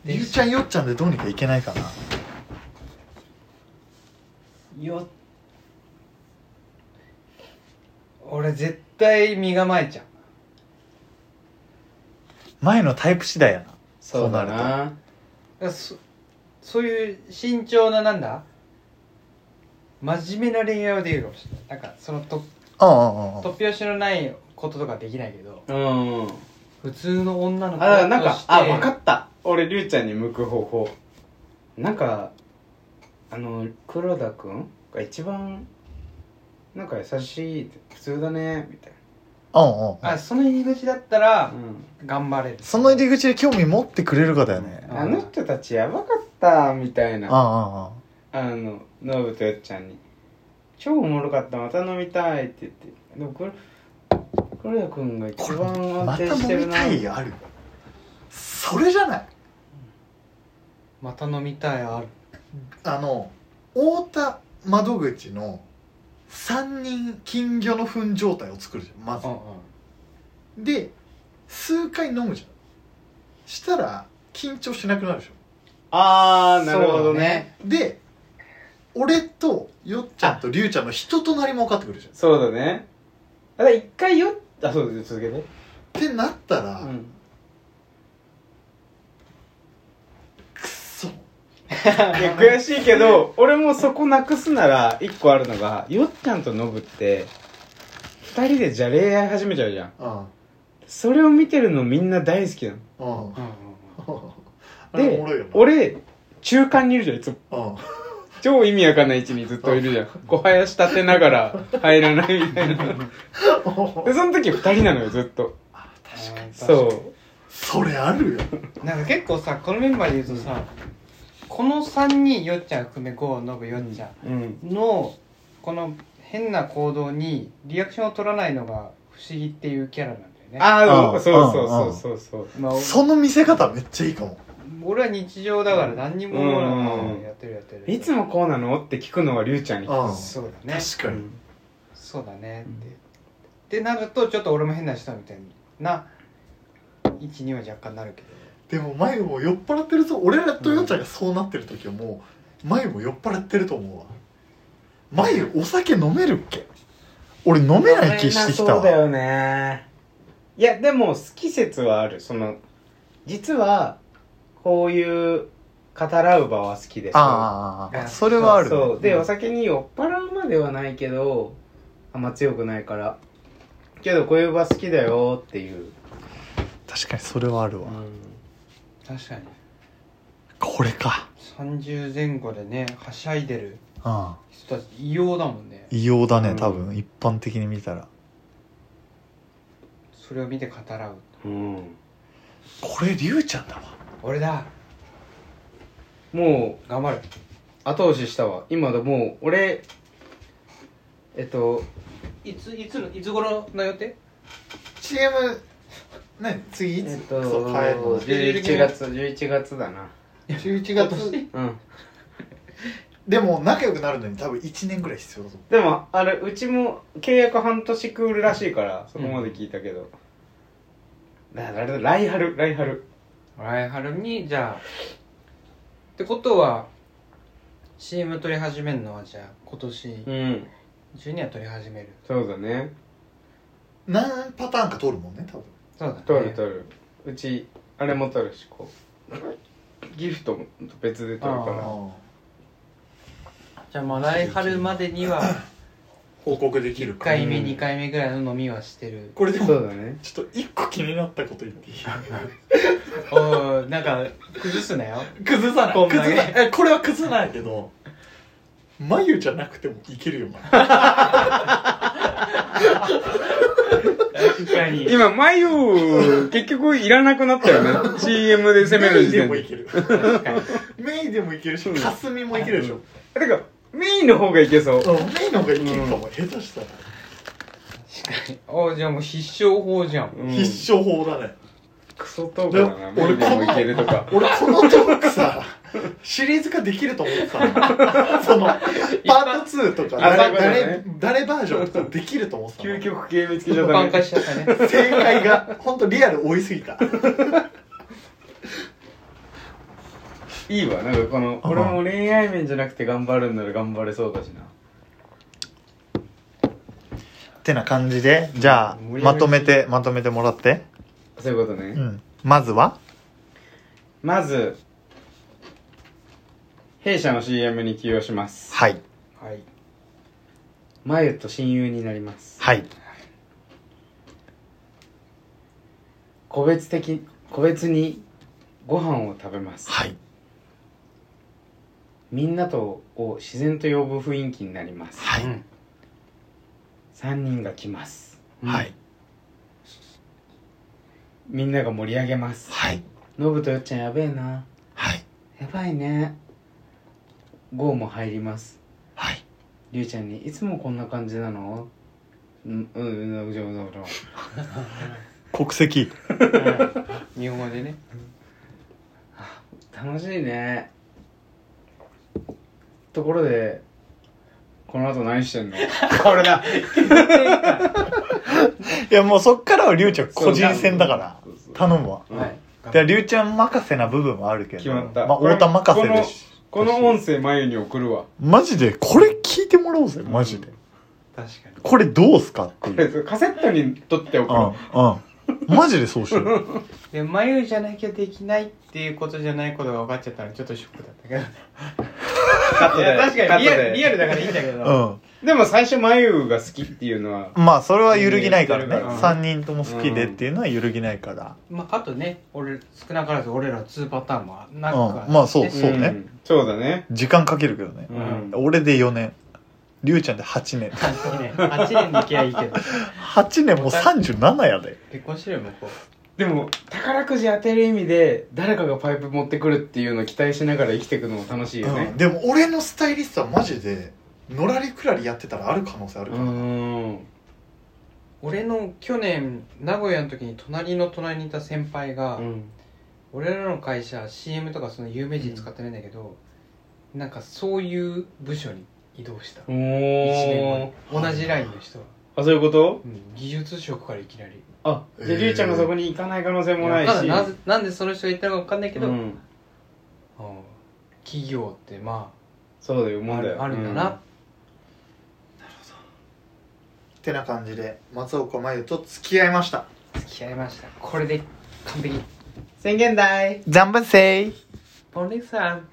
Speaker 1: リュウちゃんよっちゃんでどうにかいけないかな
Speaker 3: よ俺絶対身構えちゃう
Speaker 1: 前のタイプ次第やな
Speaker 2: そうだ
Speaker 1: そうな
Speaker 2: な
Speaker 3: だからそそういう慎重ななんだ真面目な恋愛はできるかもしれないなんかそのと
Speaker 1: うんうんうん
Speaker 3: 突拍子のないこととかできないけど
Speaker 2: うん
Speaker 3: 普通の女の子
Speaker 2: あだからなん
Speaker 3: と
Speaker 2: か
Speaker 3: して
Speaker 2: あ分かった俺りゅうちゃんに向く方法なんかあの黒田くんが一番なんか優しい普通だねみたい
Speaker 1: うんうん
Speaker 3: あその入り口だったら
Speaker 2: な、うん
Speaker 3: 頑張れる
Speaker 1: その入り口で興味持ってくれるかだよね
Speaker 2: あの人たちやばかったみたい
Speaker 1: うん
Speaker 2: な
Speaker 1: うんうん
Speaker 2: あのノブとよっちゃんに「超おもろかったまた飲みたい」って言ってでもこれ黒田君が
Speaker 1: こ
Speaker 2: 一
Speaker 1: れ
Speaker 2: 番
Speaker 1: ま
Speaker 2: 安
Speaker 1: た
Speaker 2: 定して
Speaker 1: 飲
Speaker 2: る
Speaker 1: み
Speaker 2: な
Speaker 1: たいあるそれじゃない
Speaker 3: また飲みたいある
Speaker 1: あの太田窓口の3人金魚の糞状態を作るじゃんまず
Speaker 3: うんうん
Speaker 1: で数回飲むじゃんしたら緊張しなくなるでしょ
Speaker 2: ああなるほどね
Speaker 1: で俺とよっちゃんとりゅうちゃんの人となりも分かってくるじゃん
Speaker 2: そうだねあだから一回よあそうです続けて
Speaker 1: ってなったら、
Speaker 2: うん
Speaker 1: くっそ
Speaker 2: いや悔しいけど俺もそこなくすなら一個あるのがよっちゃんとノブって二人でじゃれ合い始めちゃうじゃん
Speaker 1: うん
Speaker 2: それを見てるのみんな大好きなの
Speaker 1: うん
Speaker 3: うんうん
Speaker 1: あれ
Speaker 2: で
Speaker 1: おもろいよな
Speaker 2: 俺中間にいるじゃんいつも
Speaker 1: うん
Speaker 2: 超意味わかんない位置にずっといるじゃん。こう、林立てながら入らないみた いな。で、その時二人なのよ、ずっと。
Speaker 3: 確かに
Speaker 2: そ
Speaker 1: それあるよ
Speaker 3: なんか結構さこのメンバーで言うとさ、この3人よっちゃん含めゴーノブよっちゃ
Speaker 2: う。うん。
Speaker 3: んのこの変な行動にリアクションを取らないのが不思議っていうキャラなんだよね
Speaker 2: あ
Speaker 1: う
Speaker 2: あ、
Speaker 1: ん
Speaker 2: そうそうそうそう
Speaker 3: まあ、
Speaker 1: その見せ方めっちゃいいかも
Speaker 3: 俺は日常だから何にも思わないやってるやって
Speaker 2: そう。
Speaker 3: る
Speaker 2: いつもこうなのって聞くのはりゅうちゃんに。
Speaker 1: うん
Speaker 3: そうだね
Speaker 1: 確かに、
Speaker 3: そうだね
Speaker 2: うん
Speaker 3: って、ってなるとちょっと俺も変な人みたいな位置には若干なるけど
Speaker 1: でも前も酔っ払ってるぞ俺らとよっちゃんがそうなってる時はもう前も酔っ払ってると思うわ前お酒飲めるっけ俺飲めない気してきた
Speaker 2: そうだ
Speaker 1: わ
Speaker 2: よね。いや、でも、好き説はある。その、実は、こういう、語らう場は好きです。
Speaker 1: ああああ
Speaker 3: あ
Speaker 1: それはあるね
Speaker 2: そうで、
Speaker 1: うん
Speaker 2: お酒に酔っ払うまではないけどあんま強くないからけどこういう場好きだよっていう、
Speaker 1: 確かにそれはあるわ、
Speaker 3: 確かに
Speaker 1: これか
Speaker 3: 30前後でねはしゃいでる
Speaker 1: うん
Speaker 3: 人たち異様だもんね
Speaker 1: 異様だね
Speaker 2: うん
Speaker 1: 多分、一般的に見たら
Speaker 3: それを見て語らう
Speaker 2: うん
Speaker 1: これりゅうちゃんだわ
Speaker 3: 俺だ
Speaker 2: もう
Speaker 3: 頑張る
Speaker 2: 後押ししたわ今だもう俺えっと
Speaker 3: いついつのいつ頃の予定
Speaker 1: CM ね次い
Speaker 2: えっ
Speaker 1: つ、
Speaker 2: と
Speaker 1: そう変えるの
Speaker 2: 11月11月だな
Speaker 1: 11
Speaker 3: 今
Speaker 1: 月
Speaker 3: 年
Speaker 2: うん
Speaker 1: でも仲良くなるのに多分1年ぐらい必要だぞ
Speaker 2: でもあれうちも契約半年クールらしいからそこまで聞いたけど、だからあれだ来春来春
Speaker 3: 来春にじゃあってことは CM 撮り始めるのはじゃあ今年
Speaker 2: うん
Speaker 3: 中には撮り始める
Speaker 2: そうだね
Speaker 1: 何パターンか撮るもんね多分
Speaker 3: そうだね
Speaker 2: 取る取るうちあれも取るしこうギフトも別で取るか
Speaker 1: あ
Speaker 3: じゃあまあ来春までには
Speaker 1: 報告できる
Speaker 3: 1
Speaker 1: か
Speaker 3: 回目2回目ぐらいの飲みはしてる
Speaker 1: これで
Speaker 2: らそ
Speaker 1: も
Speaker 2: うだね
Speaker 1: ちょっと一個気になったこと言ってい い
Speaker 3: おいなんか崩すなよ
Speaker 1: 崩さない
Speaker 3: こんな
Speaker 1: 崩
Speaker 3: ね
Speaker 1: さないえこれは崩さないけど眉じゃなくてもいけるよ、まあ
Speaker 3: 確かに
Speaker 2: 今眉結局いらなくなったよね CM で攻める
Speaker 1: メイ
Speaker 2: 時
Speaker 1: で
Speaker 2: 点
Speaker 1: も
Speaker 2: で
Speaker 1: いけるメイでもいけるし
Speaker 2: うん
Speaker 1: 霞もいけるでしょ、
Speaker 2: だからメインの方がいけそう
Speaker 1: うんメイの方がいけるかも、下手したら、
Speaker 3: おじゃあもう必勝法じゃん
Speaker 2: うん
Speaker 1: 必勝法だね
Speaker 2: クソトークだな
Speaker 1: で
Speaker 2: メインでもいけると か
Speaker 1: 俺このトークさシリーズ化できると思ってたの そのパート2とか
Speaker 2: あ
Speaker 1: 誰
Speaker 2: そういう
Speaker 1: 誰誰バージョンとかできると思ってた
Speaker 2: 究
Speaker 1: の
Speaker 2: 極系見つけちゃった
Speaker 3: 挽回
Speaker 2: ね
Speaker 3: しちゃったね
Speaker 1: 正解が本当リアル追いすぎた
Speaker 2: いいわなんかこの
Speaker 1: うん
Speaker 2: 俺も恋愛面じゃなくて頑張るんなら頑張れそうだしな
Speaker 1: てな感じでじゃあ
Speaker 2: うん
Speaker 1: まとめてまとめてもらって、
Speaker 2: そういうことね、
Speaker 1: うん、まずは
Speaker 2: まず弊社の CM に起用します
Speaker 1: はい
Speaker 3: はい
Speaker 2: まゆと親友になります
Speaker 1: はい
Speaker 2: 個別的個別にご飯を食べます
Speaker 1: はい
Speaker 2: みんなとを自然と呼ぶ雰囲気になります
Speaker 1: はい、
Speaker 3: うん
Speaker 2: 3人が来ます
Speaker 1: はい
Speaker 2: みんなが盛り上げます
Speaker 1: はい
Speaker 2: ノブとよっちゃんやべえな
Speaker 1: はい
Speaker 2: やばいねゴーも入ります
Speaker 1: はい
Speaker 2: りゅうちゃんに「いつもこんな感じなの?」うんうんうんうんうんうん
Speaker 1: 国籍
Speaker 3: うん日本語でね
Speaker 2: 楽しいねところでこの後何してんのこれだ
Speaker 1: いやもうそっからはりゅうちゃん
Speaker 2: そう
Speaker 1: 個人戦だから
Speaker 2: そうそう
Speaker 1: 頼むわ
Speaker 2: はい
Speaker 1: でりゅうちゃん任せな部分はあるけど
Speaker 2: 決まった
Speaker 1: あ、太田任せです
Speaker 2: この音声眉に送るわ
Speaker 1: マジでこれ聞いてもらおうぜマジで、
Speaker 3: 確かに
Speaker 1: これどうすかって
Speaker 2: こ
Speaker 1: い
Speaker 2: れ
Speaker 1: う
Speaker 2: カセットに撮ってお
Speaker 1: う
Speaker 2: く
Speaker 1: んうん
Speaker 2: わ
Speaker 1: マジでそうしよう
Speaker 3: で眉じゃなきゃできないっていうことじゃないことが分かっちゃったのちょっとショックだったけど
Speaker 2: カット
Speaker 3: い
Speaker 2: で
Speaker 3: や確
Speaker 2: カ
Speaker 3: か
Speaker 2: ッ
Speaker 3: にリア
Speaker 2: ト
Speaker 3: ルリア
Speaker 2: で
Speaker 3: ルだからいいんだけど、
Speaker 2: でも最初眉が好きっていうのは
Speaker 1: うんまあそれは揺るぎないからね
Speaker 2: うんうん
Speaker 1: 3人とも好きでっていうのは揺るぎないから
Speaker 3: まあ、あとね俺少なからず俺ら2パターンもなくは
Speaker 1: うんまあそう
Speaker 3: ね
Speaker 1: そうね
Speaker 2: んそうだね
Speaker 1: 時間かけるけどね
Speaker 2: う
Speaker 3: うん
Speaker 2: ん
Speaker 1: 俺で4年りゅうちゃんで8年
Speaker 3: 8年8年で行きゃいいけど
Speaker 1: 8年もう37やで
Speaker 3: 結婚してるよ向こ
Speaker 2: でも宝くじ当てる意味で誰かがパイプ持ってくるっていうのを期待しながら生きていくのも楽しいよね
Speaker 1: でも俺のスタイリストはマジでのらりくらりやってたらある可能性ある
Speaker 2: うーん
Speaker 3: う俺の去年名古屋の時に隣の隣にいた先輩が、
Speaker 2: うん
Speaker 3: 俺らの会社 CM とかその有名人使ってないんだけど、なんかそういう部署に移動した、
Speaker 2: お
Speaker 3: 一年
Speaker 2: ー
Speaker 3: 後に同じラインの人は、
Speaker 2: あそういうこと
Speaker 3: うん技術職からいきなり
Speaker 2: あ
Speaker 1: え
Speaker 2: で
Speaker 1: ー
Speaker 2: りゅうちゃんがそこに行かない可能性もない
Speaker 3: いやただ
Speaker 2: し
Speaker 3: なぜなんでその人が言ったのか分かんないけど、
Speaker 2: うん
Speaker 3: うん企業ってま
Speaker 2: そうだよ
Speaker 3: あ
Speaker 2: も
Speaker 3: あ
Speaker 2: んだよ
Speaker 3: るあるんだな、
Speaker 1: てな感じで松岡真優と付き合いました
Speaker 3: 付き合いましたこれで完璧
Speaker 2: 宣言だい
Speaker 1: ジャンバセイ
Speaker 3: ポンリクさん